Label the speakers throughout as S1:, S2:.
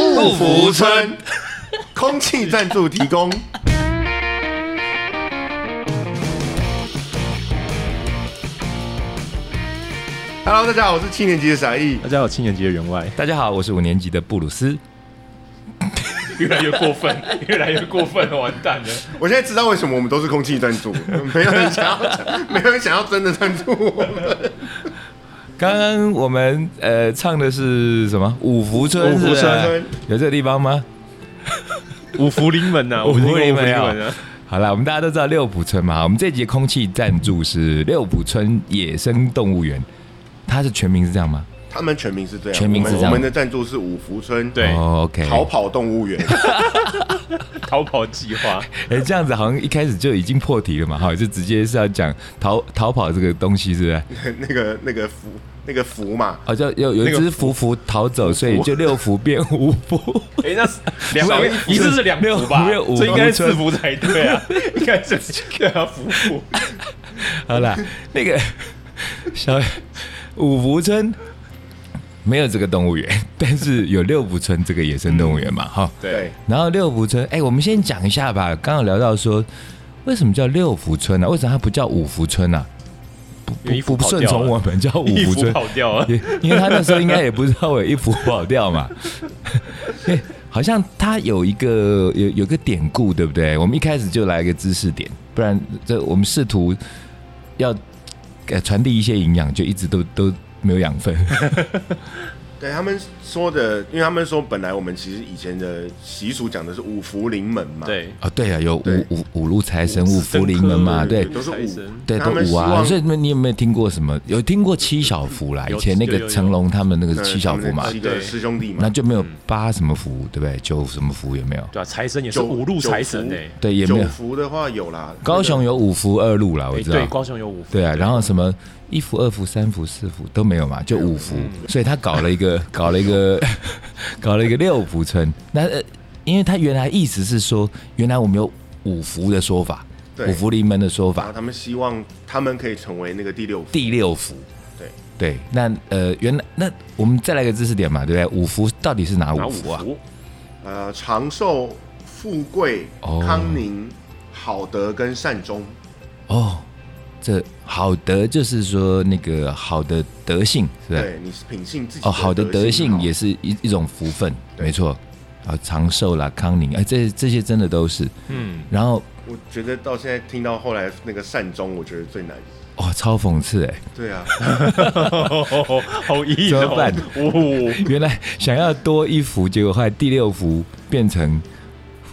S1: 雾
S2: 福村
S1: 空气赞助提供。Hello，大家好，我是七年级的傻义。
S3: 大家好，七年级的员外，
S2: 大家好，我是五年级的布鲁斯。
S3: 越来越过分， 越来越过分了，完蛋了。
S1: 我现在知道为什么我们都是空气赞助，没有人想要， 没有人想要真的赞助我们。
S2: 刚刚我们呃唱的是什么？五福村，
S3: 五福村
S2: 是不是有这个地方吗？
S3: 五福临门 呐，
S2: 五福临
S3: 我
S2: 门
S3: 们已经
S2: 啊
S3: 过五福临门啊。
S2: 好啦，我们大家都知道六浦村嘛。我们这集的空气赞助是六浦村野生动物园，它是全名是这样吗？
S1: 他们全名是这样，
S2: 全名是这
S1: 我
S2: 样
S1: 们我们的赞助是五福村，
S3: 对
S2: 哦，OK、
S1: 逃
S2: o
S1: 跑动物园。
S3: 逃跑 计划，
S2: k 哎、这样子好像一开始就已经破题了嘛，好，就直接是要讲逃逃跑这个东西，是不是？
S1: 那个那个福那个福嘛，
S2: 哦，就有有一
S3: 那个
S2: 只福福逃走，所以就六福变五 福。
S3: 哎，那是两
S2: 少一
S3: 一次是两
S2: 六
S3: 福吧
S2: 没有五？
S3: 这应该是
S2: 五
S3: 四福才 对啊，应该是对啊，福福。
S2: 好啦，那个小五福村没有这个动物园，但是有六福村这个野生动物园嘛，
S3: 嗯
S2: 哈。
S3: 对，
S2: 然后六福村，哎、我们先讲一下吧。刚刚有聊到说，为什么叫六福村呢、啊？为什么它不叫五福村呢、啊？
S3: 因为一
S2: 不
S3: 福
S2: 不
S3: 跑
S2: 顺
S3: 掉
S2: 从
S3: 了
S2: 我们叫五
S3: 一
S2: 福
S3: 福
S2: 村，
S3: 跑掉了。
S2: 也因为他那时候应该也不知道我有一幅跑掉 嘛。哎好像他有一个有有个典故，对不对？我们一开始就来一个知识点，不然这我们试图要呃传递一些营养，就一直都都没有养分。
S1: 对他们说的，因为他们说本来我们其实以前的习俗讲的是五福临门嘛，
S3: 对，
S2: 哦，对啊，有
S1: 对
S2: 五五五路财神、五福临门嘛，对
S1: 都是
S3: 财
S1: 五
S3: 神
S2: 对，
S1: 那
S2: 都
S1: 他们
S2: 五
S1: 希
S2: 啊。
S1: 望
S2: 所以你们你有没有听过什么？有听过七小福啦，
S3: 有
S2: 以前那
S3: 有有
S2: 个
S3: 有
S2: 成龙他们那个
S1: 那
S2: 七小福嘛
S1: 他们，七个师兄弟
S2: 那
S1: 嘛，
S2: 就没有八什么福，对不对？九什么福有没有？
S3: 对啊，财神也是
S1: 九
S3: 五路财神
S1: 九福
S3: 哎。
S2: 对，也没
S1: 九
S2: 有。
S1: 福的话有啦，
S2: 高雄有五福二路啦，我
S3: 哎，
S2: 知道
S3: 对，。高雄有五福。
S2: 对啊，然后什么一幅、二幅、三幅、四幅都没有嘛，就五幅，
S3: 嗯
S2: 所以他搞了一 个，搞了一个， 搞了一个六幅村。那呃，因为他原来意思是说，原来我们有五福的说法，
S1: 对
S2: 五福临门的说
S1: 然后
S2: 法，
S1: 他们希望他们可以成为那个第六福，
S2: 第六福。
S1: 对
S2: 对，那呃，原来那我们再来个知识点嘛，对不对？五福到底是哪
S3: 拿
S2: 五
S3: 五
S2: 福啊？
S3: 福，
S1: 呃，长寿、富贵、
S2: 哦
S1: 康宁、好德跟善终，
S2: 哦，这好德就是说那个好的德性，是吧？
S1: 对，你是品性自己
S2: 哦，好的德性
S1: 好
S2: 也是一一种福分，
S1: 对
S2: 没错。啊，长寿啦，康宁，哎，这这些真的都是。
S3: 嗯，
S2: 然后，
S1: 我觉得到现在听到后来那个善终，我觉得最难。
S2: 哇，超讽刺哎！
S1: 对 啊，
S3: 好硬
S2: 怎么
S3: 哦
S2: 办。
S3: 哦，
S2: 原来想要多一福，结果后来第六福变成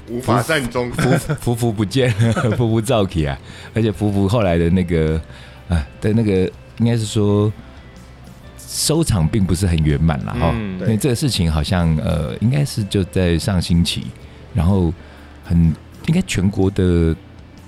S1: 无法善终，
S2: 福福福不见了，福福造起啊！而且福福后来的那个啊的那个，应该是说收场并不是很圆满了哈。
S3: 嗯
S2: 那、这个事情好像呃，应该是就在上星期，然后很应该全国的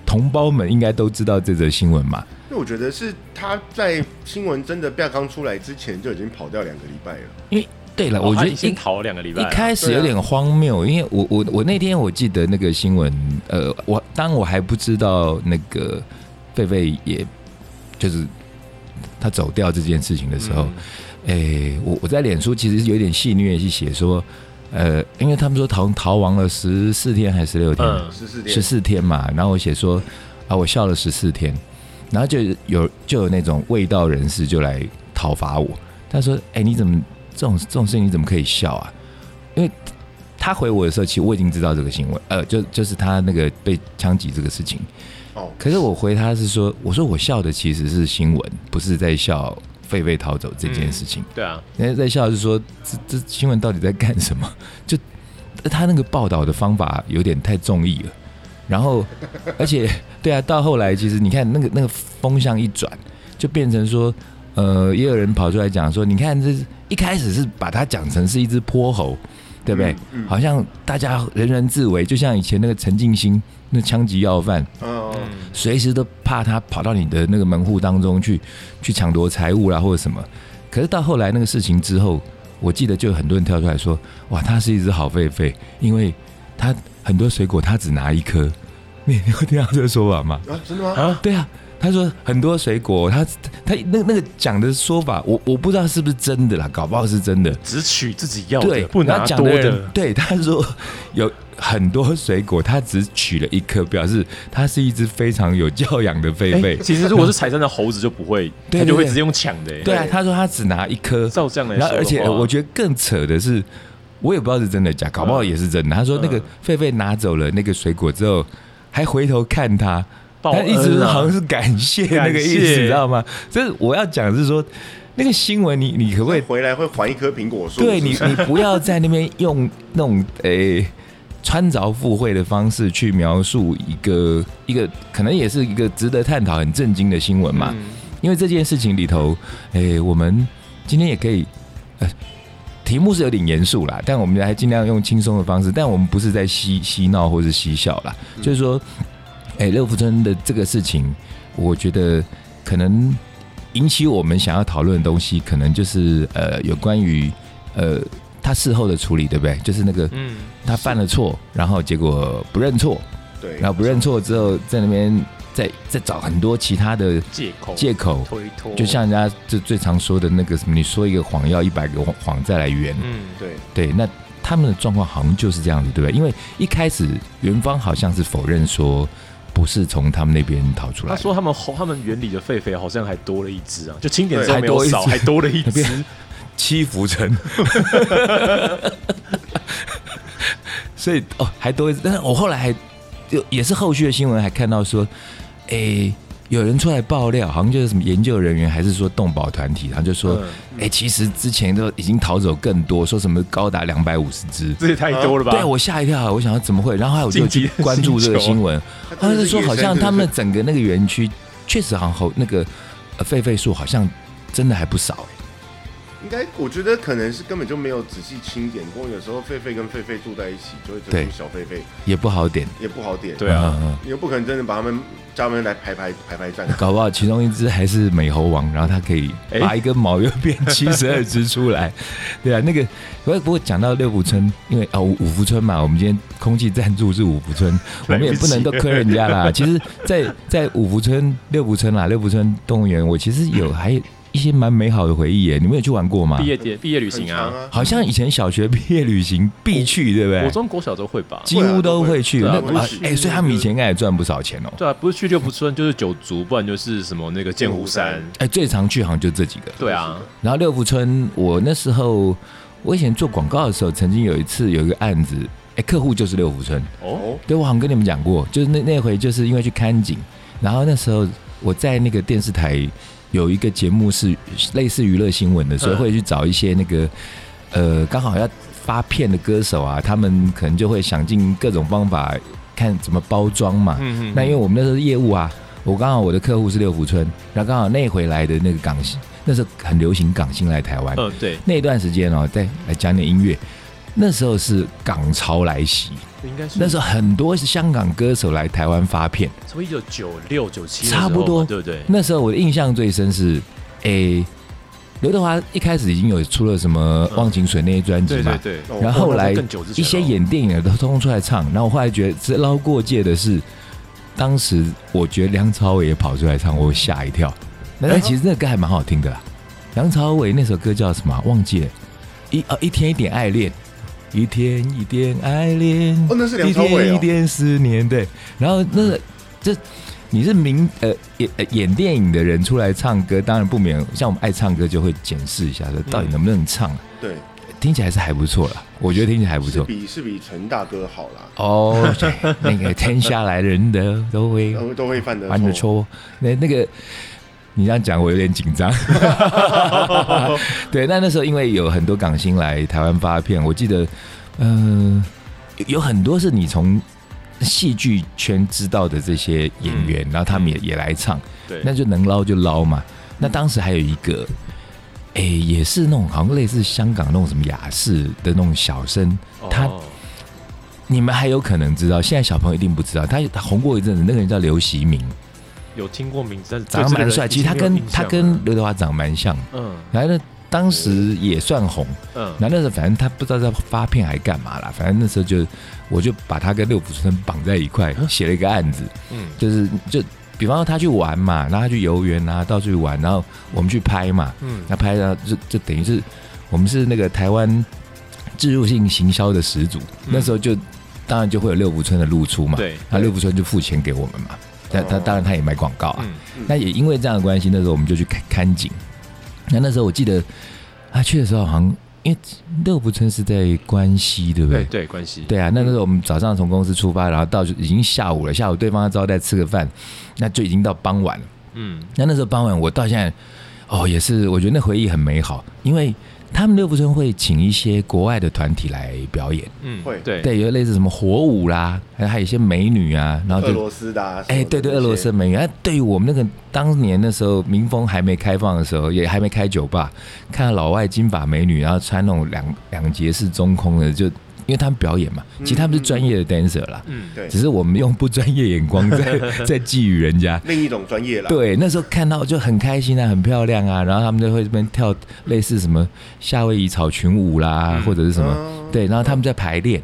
S2: 同胞们应该都知道这则新闻嘛。
S1: 因为我觉得是他在新闻真的不要刚出来之前就已经跑掉两个礼拜了。
S2: 因为对了，我
S3: 哦
S2: 觉
S3: 他
S2: 得
S3: 已经
S2: 一
S3: 逃两个礼拜啊
S2: 一
S3: 了，
S2: 开始有点荒谬，因为我我我那天我记得那个新闻，呃，我当我还不知道那个狒狒也就是他走掉这件事情的时
S3: 嗯
S2: 候，诶、我我在脸书其实有点戏虐去写说，呃，因为他们说逃逃亡了十四天还是十六天，
S3: 嗯
S1: 十四天
S2: 十四天嘛，然后我写说啊，我笑了十四天，然后就有就有那种味道人士就来讨伐我，他说：“哎、你怎么这种这种事情你怎么可以笑啊？”因为他回我的时候，其实我已经知道这个新闻，呃，就就是他那个被枪击这个事情，
S1: 哦，
S2: 可是我回他是说，我说我笑的其实是新闻，不是在笑狒狒逃走这件事情。
S3: 对啊，
S2: 人家哎在笑是说这这新闻到底在干什么？就他那个报道的方法有点太中意了，然后而且对啊，到后来其实你看那个那个风向一转，就变成说，呃，也有人跑出来讲说，你看这一开始是把它讲成是一只泼猴。对不对？
S1: 嗯嗯
S2: 好像大家人人自危，就像以前那个陈进兴那枪击要犯，
S1: 嗯，
S2: 随时都怕他跑到你的那个门户当中去去抢夺财物啦，或者什么。可是到后来那个事情之后，我记得就有很多人跳出来说：“哇，他是一只好狒狒，因为他很多水果他只拿一颗。你”你有听到这个说法吗？
S1: 啊，真的吗？
S3: 啊，
S2: 对啊，他说很多水果，他他那那个讲的说法，我我不知道是不是真的啦，搞不好是真的。
S3: 只取自己要
S2: 对，
S3: 的，哦不
S2: 他
S3: 拿
S2: 讲
S3: 多
S2: 人
S3: 的。
S2: 对，他说有很多水果，他只取了一颗，表示他是一只非常有教养的狒狒。
S3: 其实如果是财山的猴子就不会，
S2: 对
S3: 他就
S2: 对
S3: 会
S2: 对
S3: 直接用抢的。欸
S2: 对啊，他说他只拿一颗，
S3: 照这样来说
S2: 然后
S3: 的话，
S2: 而且呃我觉得更扯的是，我也不知道是真的假，搞不好也是真的。他说那个
S3: 嗯
S2: 狒狒拿走了那个水果之后，还回头看他，
S3: 报
S2: 他
S3: 恩啊
S2: 一直好像是感谢那个意
S3: 感
S2: 思，
S3: 谢
S2: 你知道吗？这是我要讲的是说，那个新闻你你可不可以
S1: 回来会还一棵苹果树，
S2: 对
S1: 是不
S2: 你，
S1: 是
S2: 你不要在那边用那种诶、穿凿附会的方式去描述一个一个可能也是一个值得探讨、很震惊的新闻嘛。
S3: 嗯
S2: 因为这件事情里头，诶、我们今天也可以，呃，题目是有点严肃啦，但我们还尽量用轻松的方式，但我们不是在嬉嬉闹或是嬉笑啦，
S1: 嗯
S2: 就是说，诶、六哎福村的这个事情，我觉得可能引起我们想要讨论的东西，可能就是呃，有关于呃他事后的处理，对不对？就是那个
S3: 嗯，
S2: 他犯了错，然后结果不认错，
S1: 对，
S2: 然后不认错之后，在那边再再找很多其他的
S3: 借口
S2: 借口，
S3: 推脱，
S2: 就像人家最最常说的那个什么，你说一个谎要一百个谎谎再来圆，
S3: 嗯，
S1: 对，
S2: 对，那他们的状况好像就是这样子，对不对？因为一开始元芳好像是否认说不是从他们那边逃出来
S3: 他
S2: 的，
S3: 说他们猴，他们园里的狒狒好像还多了一只啊，就清点之后
S2: 对
S3: 没有少，还
S2: 还
S3: 多了一 只。
S2: 七福城， 所以哦还多一次，但是我后来还就也是后续的新闻还看到说，诶、有人出来爆料，好像就是什么研究人员，还是说动保团体，他就说，诶
S3: 嗯，
S2: 其实之前都已经逃走更多，说什么高达两百五十只，
S3: 这也太多了吧？
S2: 对我吓一跳，啊我想要怎么会？然后后来我就
S3: 紧急
S2: 去
S3: 的星
S2: 关注这个
S3: 球
S2: 新闻，
S1: 它
S2: 他
S1: 真
S2: 是
S1: 的
S2: 说
S1: 野
S2: 好
S1: 生
S2: 像
S1: 真的
S2: 他们
S1: 是
S2: 整个那个园区确实好像猴那个呃狒狒数好像真的还不少、欸
S1: 应该，我觉得可能是根本就没有仔细清点过，有时候狒狒跟狒狒住在一起，就会
S2: 对
S1: 整出小狒狒，
S2: 也不好点。
S1: 也不好点，
S3: 对啊
S2: 嗯嗯
S1: 你又不可能真的把他们叫他们来排排排排站，
S2: 搞不好其中一只还是美猴王，然后它可以
S3: 哎
S2: 拔一根毛又变七十二只出 来，对啊，那个不过不过讲到六福村，因为哦五福村嘛，我们今天空气赞助是五福村，我们也不能够亏人家啦。其实在，在五福村、六福村啦，六福村动物园，我其实有还有一些蛮美好的回忆耶。你们有去玩过吗
S3: 毕？业节毕业旅
S1: 很
S3: 行
S1: 长
S3: 啊，
S1: 啊，
S2: 好像以前小学毕业旅行必去，对不
S3: 国
S2: 对？
S3: 中国小都会吧？
S2: 几乎都会去。
S3: 对
S2: 那
S3: 啊
S1: 我也
S2: 啊
S1: 去
S2: 哎，所以他们以前应该也赚不少钱哦。
S3: 对啊，不是去六福村就是九族，不然就是什么那个剑湖山。
S2: 哎，最常去好像就这几个。
S3: 对啊，
S2: 然后六福村，我那时候我以前做广告的时候，曾经有一次有一个案子，哎，客户就是六福村。
S3: 哦，
S1: 哦，
S2: 对，我好像跟你们讲过，就是那那回就是因为去看景，然后那时候我在那个电视台有一个节目是类似娱乐新闻的，所以
S3: 嗯
S2: 会去找一些那个呃刚好要发片的歌手啊，他们可能就会想尽各种方法看怎么包装嘛。
S3: 嗯
S2: 那因为
S3: 为
S2: 我们那时候是业务啊，我刚好我的客户是六福村，然后刚好那回来的那个港星，那时候很流行港星来台湾，
S3: 嗯对，
S2: 那段时间哦，再来讲点音乐，那时候是港潮来袭。
S3: 应该是
S2: 那时候很多是香港歌手来台湾发片，
S3: 从一九九六九七
S2: 差不多
S3: 对不对？
S2: 那时候我的印象最深是，诶、刘德华一开始已经有出了什么《
S3: 嗯
S2: 忘情水》那些专辑
S3: 对
S2: 嘛
S3: 对，对，
S1: 哦
S2: 然后后
S3: 那
S2: 来
S3: 更久之前
S2: 一些
S3: 了
S2: 演电影的都通通出来唱，然后我后来觉得这捞过界的是，当时我觉得梁朝伟也跑出来唱，我吓一跳。那
S1: 哎
S2: 但其实那个歌还蛮好听的啦，梁朝伟那首歌叫什么啊？忘记了，一啊一天一点爱恋，一天一点爱恋。
S1: 哦，那是梁
S2: 一
S1: 朝伟
S2: 天一
S1: 哦，
S2: 点思念，对。然后那个这你是明呃演呃演电影的人出来唱歌，当然不免像我们爱唱歌就会检视一下，说到底
S1: 嗯
S2: 能不能唱、啊
S1: 对，
S2: 听起来是还不错啦，我觉得听起来还不
S1: 是
S2: 错。
S1: 比是比陈大哥好啦，
S2: 哦，对那个天下来人的都会
S1: 然后都会犯的
S2: 嗯犯的
S1: 错，
S2: 错，那那个。你这样讲，我有点紧张。对，那那时候因为有很多港星来台湾发片，我记得，嗯、有有很多是你从戏剧圈知道的这些演员，然后他们也也来唱，
S3: 对，
S2: 那就能捞就捞嘛。那当时还有一个哎、也是那种好像类似香港那种什么雅士的那种小生，他
S3: 哦
S2: 你们还有可能知道，现在小朋友一定不知道，他他红过一阵子，那个人叫刘习明，
S3: 有听过名字，但是
S2: 长得蛮帅，其实他跟他跟
S3: 刘
S2: 刘德华长得蛮像，
S3: 嗯
S2: 然后呢，当时也算红，
S3: 嗯
S2: 然后那时候反正他不知道在发片还干嘛啦，反正那时候就我就把他跟六福村绑在一块，写了一个案子，
S3: 嗯
S2: 就是就比方说他去玩嘛，然后他去游园啊，到处去玩，然后我们去拍嘛，
S3: 嗯
S2: 那拍到就就等于是我们是那个台湾植入性行销的始祖，那时候就当然就会有六福村的露出嘛，
S3: 对
S2: 那六福村就付钱给我们嘛，那他
S3: 哦
S2: 当然他也卖广告啊，
S3: 嗯
S2: 那也因为这样的关系，那时候我们就去看看景。那那时候我记得他去的时候，好像因为六福村是在关西，对不对？
S3: 对对关系
S2: 对啊，那那时候我们早上从公司出发，然后到就已经下午了，下午对方要招待吃个饭，那就已经到傍晚了。
S3: 嗯
S2: 那那时候傍晚，我到现在，哦，也是我觉得那回忆很美好，因为他们六福村会请一些国外的团体来表演，
S3: 嗯
S1: 会
S3: 对
S2: 对，有类似什么火舞啦，还还有一些美女啊，然后
S1: 俄
S2: 就
S1: 罗斯的啊，
S2: 哎、对对，俄罗斯，美女。哎、对于我们那个当年那时候，民风还没开放的时候，也还没开酒吧，看到老外金发美女，然后穿那种两两节式中空的，就因为他们表演嘛，其实他们是专业的 dancer 啦，
S3: 嗯
S1: 对
S2: 只，是我们用不专业眼光在在觊觎人家。
S1: 另一种专业啦，，
S2: 对，那时候看到就很开心啊，很漂亮啊，然后他们就会这边跳类似什么夏威夷草裙舞啦，
S3: 嗯
S2: 或者是什么、
S1: 嗯
S2: 对，然后他们在排练，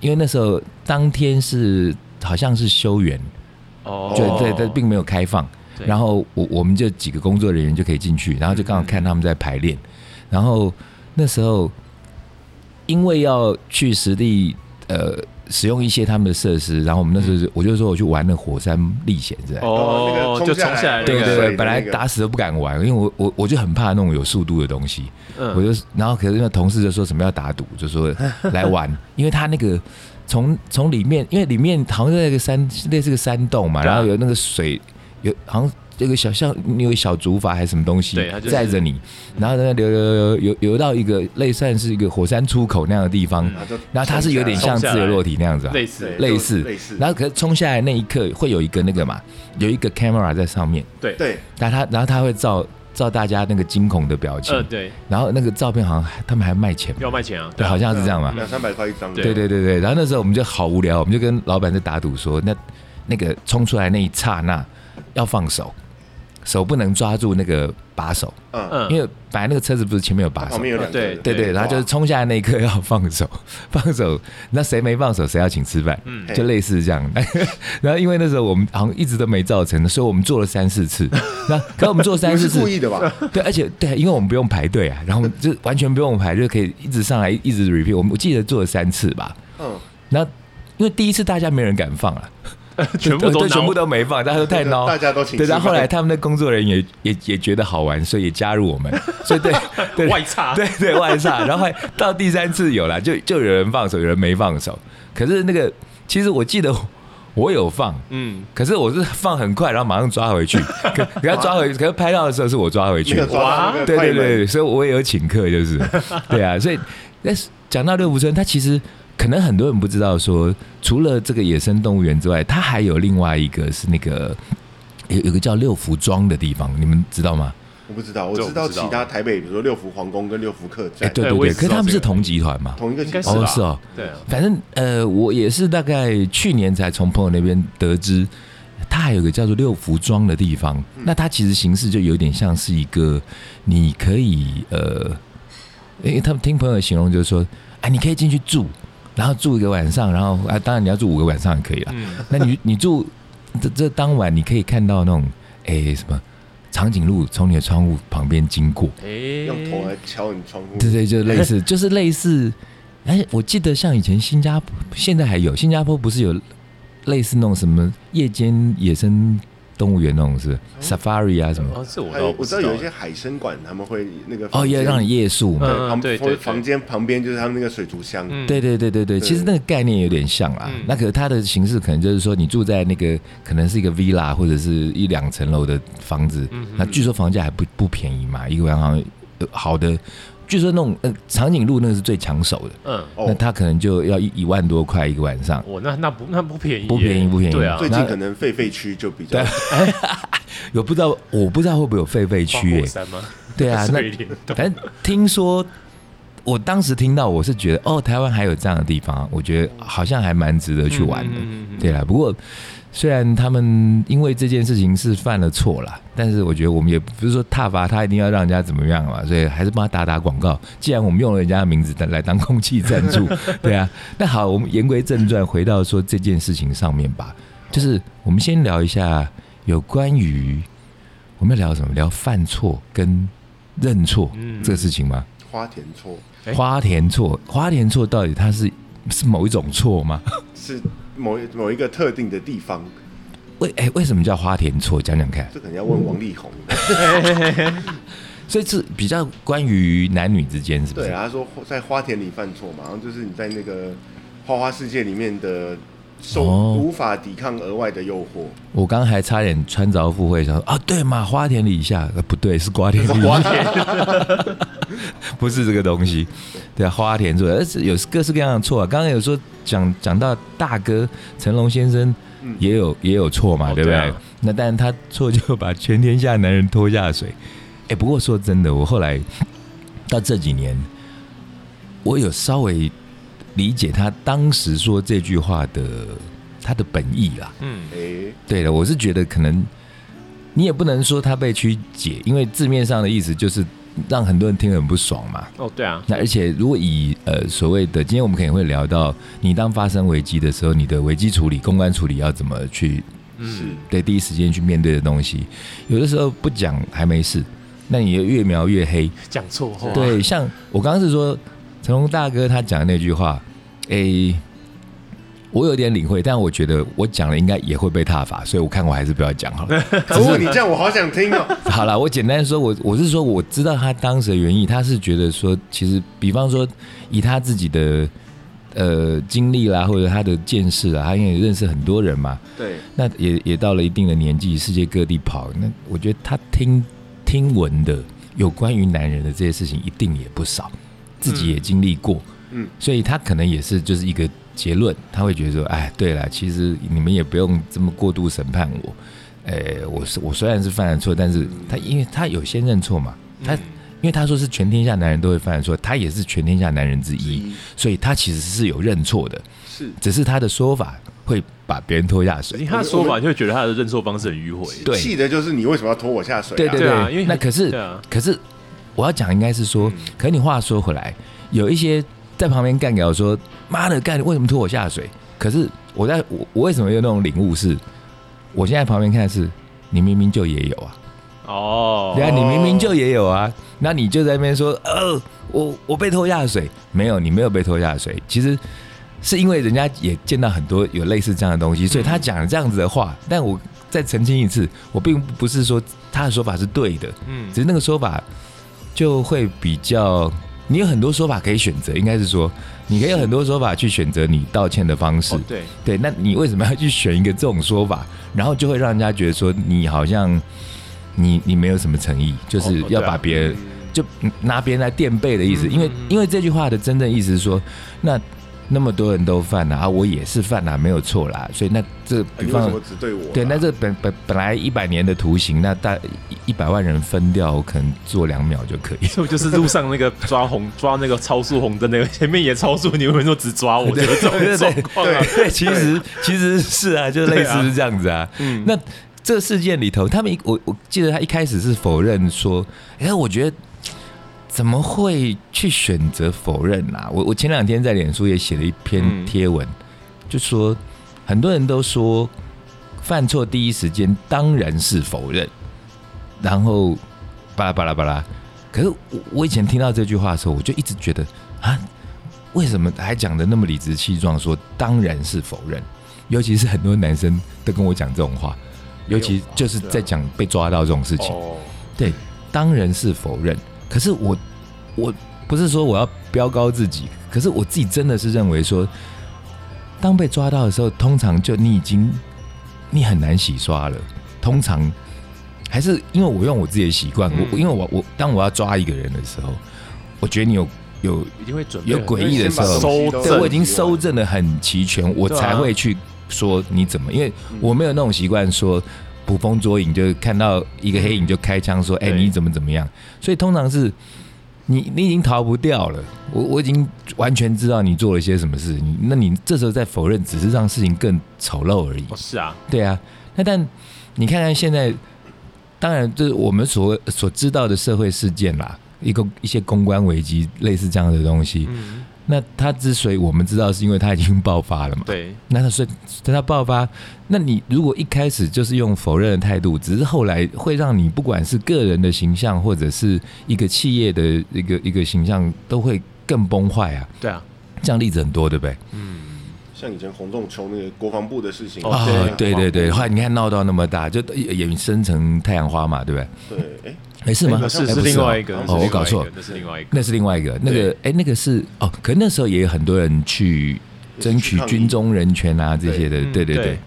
S2: 因为那时候当天是好像是休园，
S3: 哦
S2: 就对，但并没有开放。
S3: 对
S2: 然后我我们就几个工作人员就可以进去，然后就刚好看他们在排练。然后那时候因为要去实地呃使用一些他们的设施，然后我们那时候就、我就说我去玩那火山历险，是吧？
S1: 哦那个
S3: 哦
S1: 冲
S3: 就
S1: 下
S3: 冲
S1: 来
S3: 下来那
S1: 对
S2: 对
S3: 个
S2: 对
S1: 水的
S2: 对，本来
S1: 那个
S2: 打死都不敢玩，因为我我我就很怕那种有速度的东西，
S3: 嗯
S2: 我就然后可是那同事就说什么要打赌，就 说来玩，因为他那个从从里面，因为里面好像在一个山类似个山洞嘛，
S3: 对啊
S2: 然后有那个水，有好像有个小像你有个小竹筏还是什么东西
S3: 对它就是
S2: 载着你，然后在那流流流流游游到一个类似是一个火山出口那样的地方，
S1: 啊然后就
S2: 然后它是有点像
S3: 嗯冲
S2: 自
S3: 下来
S2: 由落体那样子、啊，
S3: 类似
S1: 对
S2: 类似
S1: 就类似
S2: 然后可是冲下来那一刻会有一个那个嘛，有一个 camera 在上面，
S3: 对
S1: 对，
S2: 但他然后他会照照大家那个惊恐的表情，
S3: 呃对
S2: 然后那个照片好像还他们还卖钱嘛，
S3: 要卖钱啊
S2: 对，好像是这样嘛。
S1: 嗯两三百块一张，
S2: 对对对对，然后那时候我们就好无聊，我们就跟老板在打赌说，那那个冲出来那一刹那要放手，手不能抓住那个把手，
S1: 嗯，
S3: 嗯
S2: 因为本来那个车子不是前面有把手
S1: 旁，边有两个
S3: 对
S1: 人，
S2: 对对，然后就是冲下来那一刻要放手， 放手，那谁没放手谁要请吃饭，
S3: 嗯
S2: 就类似这样。 然后因为那时候我们好像一直都没造成，所以我们做了三四次。 那可是我们做
S1: 不
S2: 三
S1: 是
S2: 四次
S1: 故，意的吧？
S2: 对，而且对，因为我们不用排队啊，然后我们就完全不用排，就可以一直上来，一直 repeat。我们我记得做了三次吧。
S1: 嗯，
S2: 那因为第一次大家没人敢放啊，
S3: 全部都
S2: 对，
S3: 拿
S2: 全部都没放，大家都太孬，
S1: 大家都请
S2: 对，
S1: 吃
S2: 然后后来
S1: 饭
S2: 他们的工作人员也也也觉得好玩，所以也加入我们，所以 对对
S3: 外差
S2: 对对外差。然后后来到第三次有啦，就就有人放手，有人没放手。可是那个其实我记得我有放，
S3: 嗯
S2: 可是我是放很快，然后马上抓回去。可可要抓回，可是拍到的时候是我抓回去
S1: 那个
S2: 的。
S1: 抓到 那个
S2: 对
S1: 快
S2: 对
S1: 门
S2: 对，所以我也有请客，就是对啊，所以但是讲到六福村，它其实可能很多人不知道说，除了这个野生动物园之外，它还有另外一个是那个有有个叫六福庄的地方，你们知道吗？
S1: 我不知道，我
S3: 这我
S1: 知道
S3: 不知
S1: 其他
S3: 道
S1: 台北，比如说六福皇宫跟六福客
S2: 哎、
S1: 栈，
S2: 对
S3: 哎
S2: 对
S3: 我
S2: 对，
S3: 也
S2: 可是
S3: 知道
S2: 他们
S3: 这
S2: 是
S3: 个
S2: 同集团嘛？
S1: 同一个
S3: 应该
S1: 集团
S2: 哦，
S3: 吧
S2: 是哦，
S3: 对啊
S2: 反正呃，我也是大概去年才从朋友那边得知，它还有个叫做六福庄的地方。那它其实形式就有点像是一个，你可以呃，因为他们听朋友形容就是说，哎、你可以进去住，然后住一个晚上，然后啊，当然你要住五个晚上也可以了。
S3: 嗯
S2: 那你你住这这当晚，你可以看到那种哎、什么长颈鹿从你的窗户旁边经过，
S1: 哎
S3: 诶
S1: 用头来敲你
S3: 嗯
S1: 窗户，
S2: 对对，就类 似，就是类似。哎，我记得像以前新加坡，现在还有新加坡不是有类似那种什么夜间野生动物园那种是、safari 啊什么？
S3: 哦这我
S1: 还
S3: 倒
S1: 有哎
S3: 不
S1: 我知
S3: 知
S1: 道
S3: 道
S1: 有一些海参馆他们会那个
S2: 哦，也让你
S1: 你
S2: 夜宿嘛。
S3: 嗯
S1: 旁
S3: 对对对
S1: 房间旁边就是他们那个水族箱，
S3: 嗯
S2: 对对对对对，其实那个概念有点像啦。
S3: 嗯
S2: 那可是它的形式可能就是说，你住在那个可能是一个 villa 或者是一两层楼的房子，
S3: 嗯嗯
S2: 那据说房价还不不便宜嘛，一个晚上好像呃好的，据说那种呃长颈鹿那个是最抢手的，
S3: 嗯
S2: 那
S1: 哦，
S2: 它可能就要一一万多块一个晚上。
S3: 我那那不那不便宜耶，
S2: 不便宜不便宜
S3: 对啊
S1: 最，近
S2: 那
S1: 可能狒狒区就比较
S2: 有不知道，我不知道会不会有狒狒
S3: 花
S2: 区
S3: 火
S2: 诶、
S3: 山吗？
S2: 对啊，那
S3: 睡莲
S2: 反
S3: 洞
S2: 正听说，我当时听到我是觉得，哦，台湾还有这样的地方，我觉得好像还蛮值得去玩的。
S3: 嗯嗯嗯嗯
S2: 对啦，不过虽然他们因为这件事情是犯了错啦，但是我觉得我们也不是说挞伐他一定要让人家怎么样嘛，所以还是帮他打打广告。既然我们用了人家的名字来当空气赞 助，对啊。那好，我们言归正传，回到说这件事情上面吧，就是我们先聊一下有关于我们要聊什么？聊犯错跟认错、
S3: 嗯
S2: 这个事情吗？
S1: 花田错
S3: 哎
S2: 花田错，花田错到底它是是某一种错吗？
S1: 是某一某一个特定的地方，
S2: 为哎、为什么叫花田错？讲讲看。
S1: 这可能要问王力宏。
S2: 所以是比较关于男女之间，是不是？
S1: 对啊，他说在花田里犯错嘛，然后就是你在那个花花世界里面的受、
S2: 哦
S1: 无法抵抗额外的诱惑，
S2: 我刚刚还差点穿凿附会，想说啊，对嘛，花田里一下，呃不对，是瓜田李
S3: 花
S2: 下，
S3: 田，
S2: 不是这个东西。对啊，花田错，而是有各式各样的错啊。刚刚有说讲讲到大哥成龙先生
S1: 嗯
S2: 也有、也有错嘛，
S3: 哦
S2: 对不对？
S3: 对啊
S2: 那但他错就把全天下男人拖下水。哎，不过说真的，我后来到这几年，我有稍微理解他当时说这句话的他的本意啦。
S3: 嗯，
S1: 哎，
S2: 对的，我是觉得可能你也不能说他被曲解，因为字面上的意思就是让很多人听得很不爽嘛。
S3: 哦，对啊，
S2: 那而且如果以呃所谓的，今天我们可能会聊到，你当发生危机的时候，你的危机处理、公关处理要怎么去
S1: 是
S3: 嗯，
S2: 对第一时间去面对的东西，有的时候不讲还没事，那你越描越黑。
S3: 讲错话，
S2: 对，像我刚刚是说，成龙大哥他讲的那句话，诶、我有点领会，但我觉得我讲了应该也会被踏伐，所以我看我还是不要讲好了。
S1: 可恶，你这样我好想听哦、
S2: 好啦，我简单说，我我是说我知道他当时的原意，他是觉得说，其实比方说以他自己的呃经历啦，或者他的见识啦，他因为也认识很多人嘛，
S1: 对，
S2: 那也也到了一定的年纪，世界各地跑，那我觉得他听听闻的有关于男人的这些事情一定也不少，自己也经历过，
S1: 嗯，
S2: 所以他可能也是就是一个结论，他会觉得说，哎，对了，其实你们也不用这么过度审判我，呃，我是我虽然是犯了错，但是他因为他有先认错嘛，他、因为他说是全天下男人都会犯的错，他也是全天下男人之一，
S1: 一
S2: 所以他其实是有认错的，
S1: 是
S2: 只是他的说法会把别人拖下水
S3: 你。看他的说法就会觉得他的认错方式很迂回，
S2: 对
S1: 气的就是你为什么要拖我下水、啊？
S2: 对对
S3: 对啊因为
S2: 那可是、
S3: 对啊嗯
S2: 可是我要讲应该是说，可你话说回来，有一些在旁边干掉说妈的干，为什么拖我下水？可是我在我我为什么有那种领悟是，我现在旁边看的是你明明就也有啊，
S3: 哦
S2: 对，啊，你明明就也有啊，那你就在那边说呃我我被拖下水，没有你没有被拖下水，其实。是因为人家也见到很多有类似这样的
S3: 嗯
S2: 东西，所以他讲了这样子的话。但我再澄清一次，我并不是说他的说法是对的，
S3: 嗯
S2: 只是那个说法就会比较，你有很多说法可以选择，应该是说你可以有很多说法去选择你道歉的方式。
S3: 哦对，
S2: 对，那你为什么要去选一个这种说法？然后就会让人家觉得说你好像你你没有什么诚意，就是
S3: 哦哦
S2: 要
S3: 对啊
S2: 把别人、就拿别人来垫背的意思。
S3: 嗯
S2: 因为
S3: 嗯嗯
S2: 因为这句话的真正意思是说，那那么多人都犯了啊，我也是犯了，没有错啦。所以那这
S1: 啊
S2: 比
S1: 你为
S2: 方、
S1: 什么只对我、
S2: 对，那这本本本来一百年的图形，那大一百万人分掉，我可能做两秒就可以。
S3: 这不就是路上那个抓红 抓那个超速红灯那个，前面也超速，你为什么说只抓我？这种状况啊，
S2: 对，其实其实是啊，就类似是这样子啊。
S3: 嗯
S2: 那这事件里头，他们一我我记得他一开始是否认说，哎，我觉得怎么会去选择否认啊？我我前两天在脸书也写了一篇
S3: 嗯
S2: 贴文，就说很多人都说犯错第一时间当然是否认，然后巴拉巴拉巴拉。可是我我以前听到这句话的时候，我就一直觉得啊，为什么还讲的那么理直气壮说当然是否认？尤其是很多男生都跟我讲这种话，尤其就是在讲被抓到这种事情。
S3: 哦，
S2: 对，当然是否认。可是我我不是说我要标高自己，可是我自己真的是认为说，当被抓到的时候，通常就你已经你很难洗刷了，通常。还是因为我用我自己的习惯，我
S3: 嗯
S2: 因为我我当我要抓一个人的时候，我觉得你有有
S3: 一定会准备
S2: 有诡异的时候，
S3: 收
S2: 对，
S3: 正
S2: 我已经收证的很齐全，我
S3: 对啊
S2: 才会去说你怎么，因为我没有那种习惯说。捕风捉影，就看到一个黑影就开枪说：“哎、
S3: 对
S2: 你怎么怎么样？”所以通常是你你已经逃不掉了。我我已经完全知道你做了些什么事，你那你这时候再否认，只是让事情更丑陋而已。
S3: 哦，是啊，
S2: 对啊，那但你看看现在，当然这是我们所所知道的社会事件啦，一个一些公关危机类似这样的东西。
S3: 嗯，
S2: 那它之所以我们知道，是因为它已经爆发了嘛。
S3: 对，
S2: 那它所以它爆发，那你如果一开始就是用否认的态度，只是后来会让你不管是个人的形象，或者是一个企业的一个一个形象，都会更崩坏啊。
S3: 对啊，
S2: 这样例子很多，对不对？
S3: 嗯，
S1: 像以前洪仲秋那个国防部的事情，
S3: 哦
S2: 啊、对
S1: 国防
S2: 对
S1: 部
S2: 对，后来你看闹到那么大，就也也生成太阳花嘛，对不对？
S1: 对，哎，
S2: 哎，是吗？
S1: 那
S3: 是
S2: 哎
S3: 是
S2: 不
S3: 另
S2: 哦
S3: 外一个，
S1: 哦
S3: 是另外一个
S2: 我搞错
S3: 那是另外一个，
S2: 那是另外一个，那个哎，那个是哦，可那时候也有很多人去争取军中人权啊这些的，
S3: 嗯
S2: 对对对，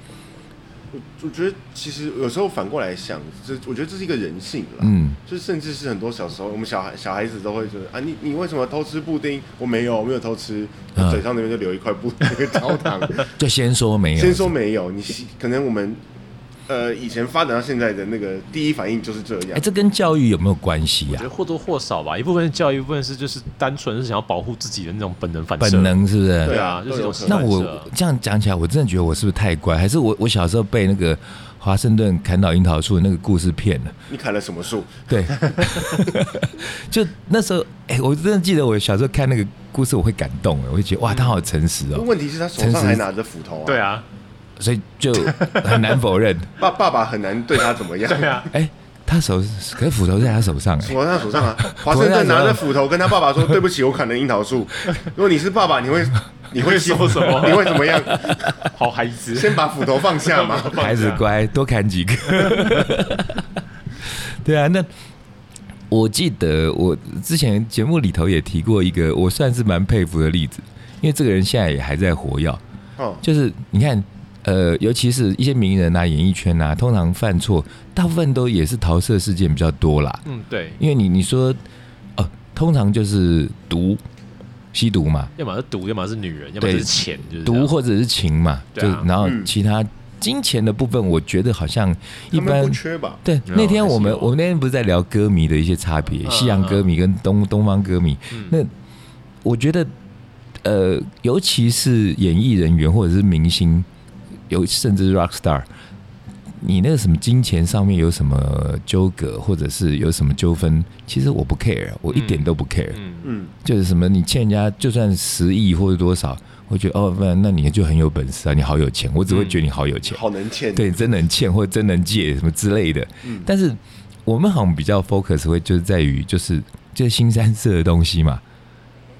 S1: 我我觉得其实有时候反过来想，这我觉得这是一个人性啦。
S2: 嗯，
S1: 就甚至是很多小时候，我们小孩小孩子都会觉得啊，你你为什么偷吃布丁？我没有，我没有偷吃，
S2: 嗯
S1: 嘴上那边就留一块布那个焦 糖。
S2: 就先说没有，
S1: 先说没有，你是可能我们呃以前发展到现在的那个第一反应就是这
S2: 哎，
S1: 样。
S2: 这跟教育有没有关系啊
S3: 我觉
S2: 呀？
S3: 得或多或少吧，一部分是教育，一部分是就是单纯是想要保护自己的那种本能反射。
S2: 本能是不
S3: 对
S2: 是？
S3: 啊，就是一种
S1: 对
S2: 那
S3: 反
S2: 我
S3: 射啊
S2: 这样讲起来，我真的觉得我是不是太乖？还是我我小时候被那个华盛顿砍倒樱桃树的那个故事骗了？
S1: 你砍了什么树？
S2: 对， 就那时候，哎、我真的记得我小时候看那个故事，我会感动，哎我会觉得哇，他好诚实哦，
S1: 问题是他手
S2: 诚
S1: 上
S2: 实
S1: 还拿着斧头啊。
S3: 对，啊，
S2: 所以就很难否认。
S1: 爸爸爸很难对他怎 么样。
S3: 对啊，
S2: 哎、他手可是斧头在他手上、
S1: 什
S2: 哎，
S1: 么在他手上啊？ 华盛顿拿着斧头跟他爸爸说：“对不起，我砍了樱桃树。”如果你是爸爸，你会你会欺负
S3: 说什么
S1: 你会怎么样？
S3: 好孩子，
S1: 先把斧头放下嘛。
S2: 孩子乖，多砍几个。 对啊，那我记得我之前节目里头也提过一个，我算是蛮佩服的例子，因为这个人现在也还在活跃。
S1: 哦，
S2: 就是你看，呃，尤其是一些名人啊、演艺圈啊，通常犯错，大部分都也是桃色事件比较多啦。
S3: 嗯，对，
S2: 因为你你说，哦，通常就是毒、吸毒嘛，
S3: 要么是毒，要么是女人，要么
S2: 对
S3: 就是钱，就是这样
S2: 毒或者是情嘛，
S3: 对啊
S2: 就然后
S1: 啊嗯
S2: 其他金钱的部分，我觉得好像一
S1: 他们
S2: 般
S1: 不。缺吧？
S2: 对，
S3: 有
S2: 那天我们
S3: 还是有
S2: 我们那天不是在聊歌迷的一些差别，
S3: 嗯
S2: 西洋歌迷跟东东方歌迷。
S3: 嗯
S2: 那我觉得，呃，尤其是演艺人员或者是明星，有甚至 rock star，你那个什么金钱上面有什么纠葛，或者是有什么纠纷，其实我不 care，我一点都不 care。
S3: 嗯，
S1: 嗯，
S2: 就是什么你欠人家就算十亿或者多少，我觉得哦，那那你就很有本事啊，你好有钱，我只
S3: 嗯
S2: 会觉得你好有钱，
S1: 好能欠。
S2: 对，真能欠或者真能借什么之类的。
S1: 嗯
S2: 但是我们好像比较 focus 会就是在于就是就是新三色的东西嘛，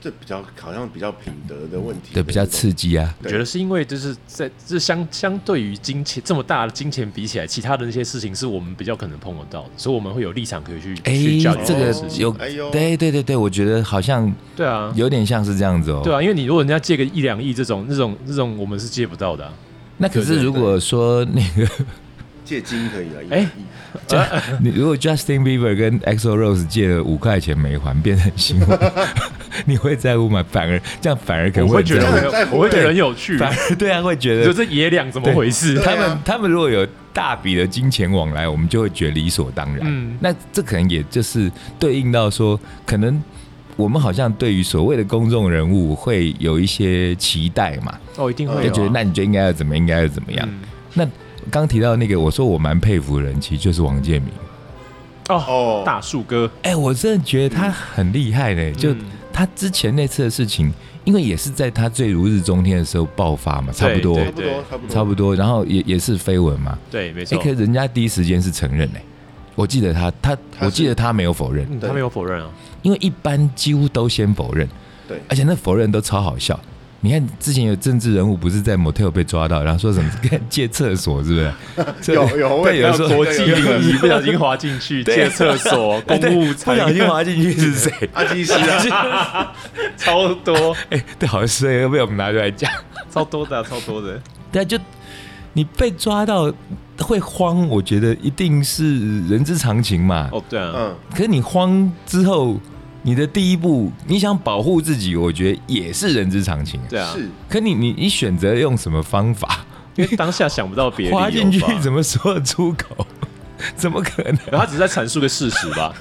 S1: 这比较好像比较品德的问题。
S2: 对，比较刺激啊。
S3: 我觉得是因为就是在这相相对于金钱这么大的金钱比起来，其他的那些事情是我们比较可能碰得到的，所以我们会有立场可以去
S2: 哎
S3: 去教育，
S2: 这个
S1: 哦
S2: 有
S1: 哎呦，
S2: 对对对对，我觉得好像
S3: 对啊，
S2: 有点像是这样子哦。
S3: 对啊，因为你如果人家借个一两亿这种这种这种，我们是借不到的啊。
S2: 那可
S3: 对对
S2: 是
S3: 对
S2: 如果说那个
S1: 借金可以啊了。
S3: 哎
S2: 你如果 Justin Bieber 跟 EXO Rose 借了五块钱没还，变成新闻，你会在乎吗？反而这样反而可能
S3: 我会觉得
S1: 这
S3: 很
S1: 样
S3: 有
S1: 在乎
S3: 我会觉得
S1: 对
S3: 很有趣，
S2: 反而对啊会觉得
S3: 就这爷俩怎么回事？
S1: 对
S2: 他们、
S1: 啊
S2: 他们如果有大笔的金钱往来，我们就会觉得理所当然。
S3: 嗯
S2: 那这可能也就是对应到说，可能我们好像对于所谓的公众人物会有一些期待嘛，
S3: 哦，一定会
S1: 对
S3: 有
S2: 就
S3: 啊
S2: 觉得那你就应该要怎么，应该要怎么样。
S3: 嗯
S2: 那刚提到那个，我说我蛮佩服的人，其实就是王建民。
S3: 嗯哦，
S1: 哦，
S3: 大树哥
S2: 哎、我真的觉得他很厉害呢，就。
S3: 嗯
S2: 他之前那次的事情，因为也是在他最如日中天的时候爆发嘛，差不多，
S1: 差不多，差不多，
S2: 差不多，然后也也是绯闻嘛。
S3: 对，没错
S2: 哎、可，是人家第一时间是承认哎、我记得他他，
S1: 他是
S2: 我记得他没有否认，
S3: 嗯
S1: 对
S3: 他没有否认啊，
S2: 因为一般几乎都先否认，
S1: 对
S2: 而且那否认都超好笑。你看之前有政治人物不是在 motel 被抓到，然后说什么 借厕所是不是？所以
S1: 有有我
S2: 对，
S1: 也
S2: 有
S1: 看
S2: 时
S1: 到
S2: 候
S1: 国
S3: 国
S1: 际
S3: 际
S1: 礼
S3: 礼
S1: 仪
S3: 仪不小心滑进去，
S2: 对
S3: 借厕 所、公务
S2: 不小心滑进去是谁？
S1: 阿基斯啊，
S3: 超多、
S2: 哎、对，好像是被我们拿出来讲。
S3: 超多的啊、超 多的。
S2: 但就你被抓到会慌，我觉得一定是人之常情嘛。
S3: 哦，对啊，
S1: 嗯，
S2: 可是你慌之后，你的第一步，你想保护自己，我觉得也是人之常情。
S3: 对啊，
S1: 是
S2: 可你你你选择用什么方法？
S3: 因为当下想不到别的
S2: 花
S3: 理由
S2: 进去
S3: 吧
S2: 怎么说得出口？ 怎么可能？
S3: 然后他只是在阐述个事实 吧？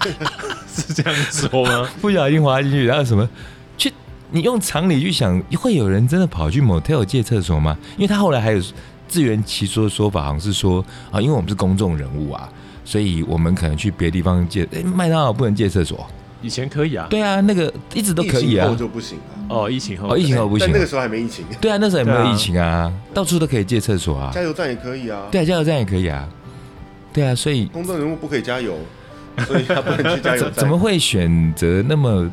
S3: 是这样说吗？
S2: 不小心滑进去，然后什么？去，你用常理去想，会有人真的跑去 motel 借厕所吗？因为他后来还有自圆其说的说法，好像是说啊，因为我们是公众人物啊，所以我们可能去别的地方借，诶麦当劳不能借厕所。
S3: 以前可以啊，
S2: 对啊，那个一直都可以
S1: 疫情
S2: 啊
S1: 后。就不行了。
S3: 哦，疫情后，
S2: 哦，疫情后不行
S1: 但那
S2: 啊、
S1: 个时候还没疫情，
S2: 对啊，那时候也没
S3: 对
S2: 有
S3: 啊
S2: 疫情啊，到处都可以借厕所啊
S1: 加。油站也可以啊。
S2: 对啊，加油站也可以啊。对啊，所以
S1: 公众人物不可以加 油，所以他不能去加油
S2: 怎
S1: 站。
S2: 怎么会选择那么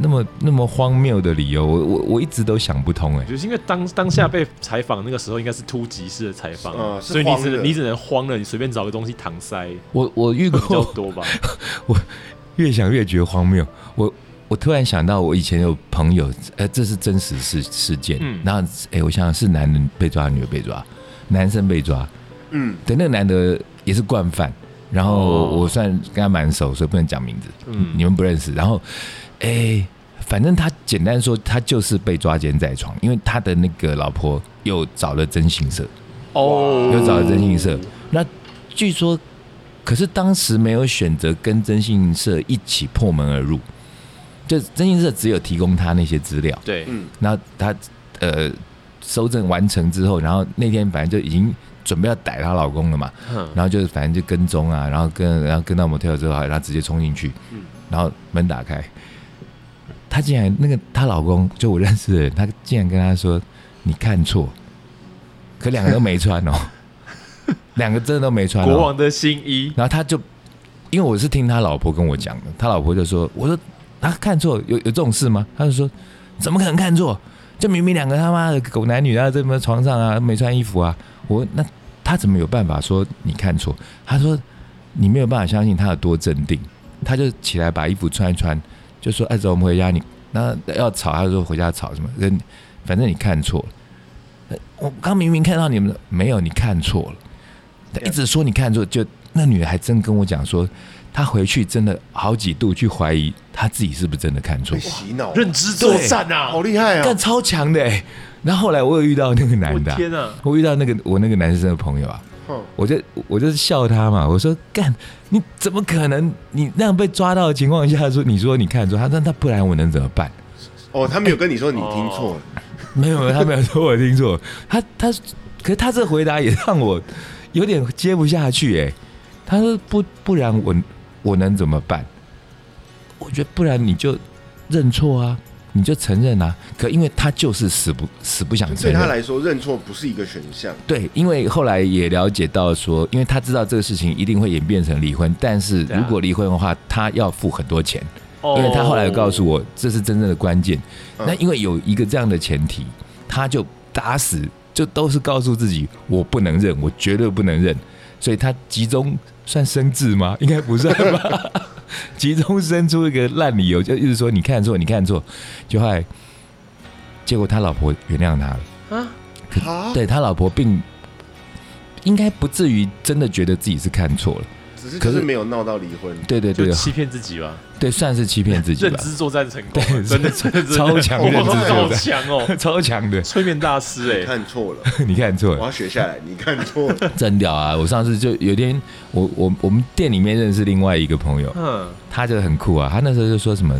S2: 那么那么荒谬的理由？我我我一直都想不通哎、
S3: 就是因为当当下被采访那个时候应该是突击式的采访，
S1: 嗯是
S3: 所以你
S1: 慌
S3: 只
S1: 的
S3: 能你只能慌了，你随便找个东西搪 塞
S2: 我我遇
S3: 比较
S2: 过，
S3: 多吧。
S2: 越想越觉得荒谬。我我突然想到，我以前有朋友，呃，这是真实事事件。
S3: 嗯
S2: 然后，哎、我想想是男人被抓，女的被抓，男生被抓。
S1: 嗯，
S2: 对，那个男的也是惯犯，然后
S3: 哦
S2: 我算跟他蛮熟，所以不能讲名字，
S3: 嗯
S2: 你们不认识。然后，哎、反正他简单说，他就是被抓奸在床，因为他的那个老婆又找了征信社，
S1: 嗯
S3: 哦
S2: 又找了征信社。那据说，可是当时没有选择跟征信社一起破门而入，就征信社只有提供他那些资料。
S3: 对，
S1: 嗯，
S2: 然后他呃收证完成之后，然后那天反正就已经准备要逮她老公了嘛，
S3: 哼
S2: 然后就是反正就跟踪啊，然后跟然后跟到 motel 之后，然后直接冲进去
S1: 嗯，
S2: 然后门打开，她竟然那个她老公就我认识的人，她竟然跟她说你看错，可两个都没穿 哦，两个真的都没穿、哦，
S3: 国王的新衣，
S2: 然后他就，因为我是听他老婆跟我讲的，他老婆就说：“我说他看错，有有这种事吗？”他就说：“怎么可能看错？就明明两个他妈的狗男女啊，在那边床上啊，没穿衣服啊。我”那他怎么有办法说你看错？他说：“你没有办法相信他有多镇定。”他就起来把衣服穿一穿，就说：“哎，走，我们回家。你那要吵，他就说回家吵什么？跟反正你看错了。呃我刚明明看到你们的没有，你看错了。”他一直说你看错，就那女的还真跟我讲说，她回去真的好几度去怀疑她自己是不是真的看错
S1: 被，洗脑，
S3: 认知作战啊！
S1: 好厉害啊
S2: 干！超强的、欸。然后后来我有遇到那个
S3: 我
S2: 男的啊、
S3: 天啊！
S2: 我遇到那个我那个男生的朋友啊，
S1: 哼
S2: 我就我就是笑他嘛，我说干，你怎么可能？你那样被抓到的情况下说你说你看错，他说那不然我能怎么办？
S1: 哦，他没有跟你说你听错了，
S2: 哦没有没有，他没有说我听错，他他可是他这回答也让我有点接不下去哎、他说不不然我我能怎么办？我觉得不然你就认错啊，你就承认啊。可因为他就是死不死不想承
S1: 对他
S2: 认，啊
S1: 来说认错不是一个选项。
S2: 对，因为后来也了解到说，因为他知道这个事情一定会演变成离婚，但是
S3: 对啊
S2: 如果离婚的话，他要付很多钱。
S3: 哦
S2: 因为他后来有告诉我，这是真正的关键。
S1: 嗯
S2: 那因为有一个这样的前提，他就打死就都是告诉自己，我不能认，我绝对不能认，所以他集中算生智吗？应该不算 吧。集中生出一个烂理由，就一直说你看错，你看错，就后来，结果他老婆原谅他了。
S3: 啊，
S1: 啊，
S2: 对他老婆并应该不至于真的觉得自己是看错了。
S1: 只是
S2: 可
S1: 就是是没有闹到离婚。
S2: 对对
S3: 就
S2: 对
S3: 欺骗自己吧，
S2: 对，算是欺骗自己
S3: 认
S2: 吧，
S3: 知作战成功啊
S2: 对，
S3: 真的真的真的
S2: 超强
S3: 哇
S1: 认知作战
S3: 好强 哦，
S2: 超强的，
S3: 催眠大师
S1: 你
S3: 哎，
S1: 看错了，
S2: 你看错
S1: 我
S2: 了。
S1: 要学下来。你看错 了，
S2: 真屌啊！我上次就有一天，我我我们店里面认识另外一个朋友，
S3: 嗯，
S2: 他就很酷啊。他那时候就说什么，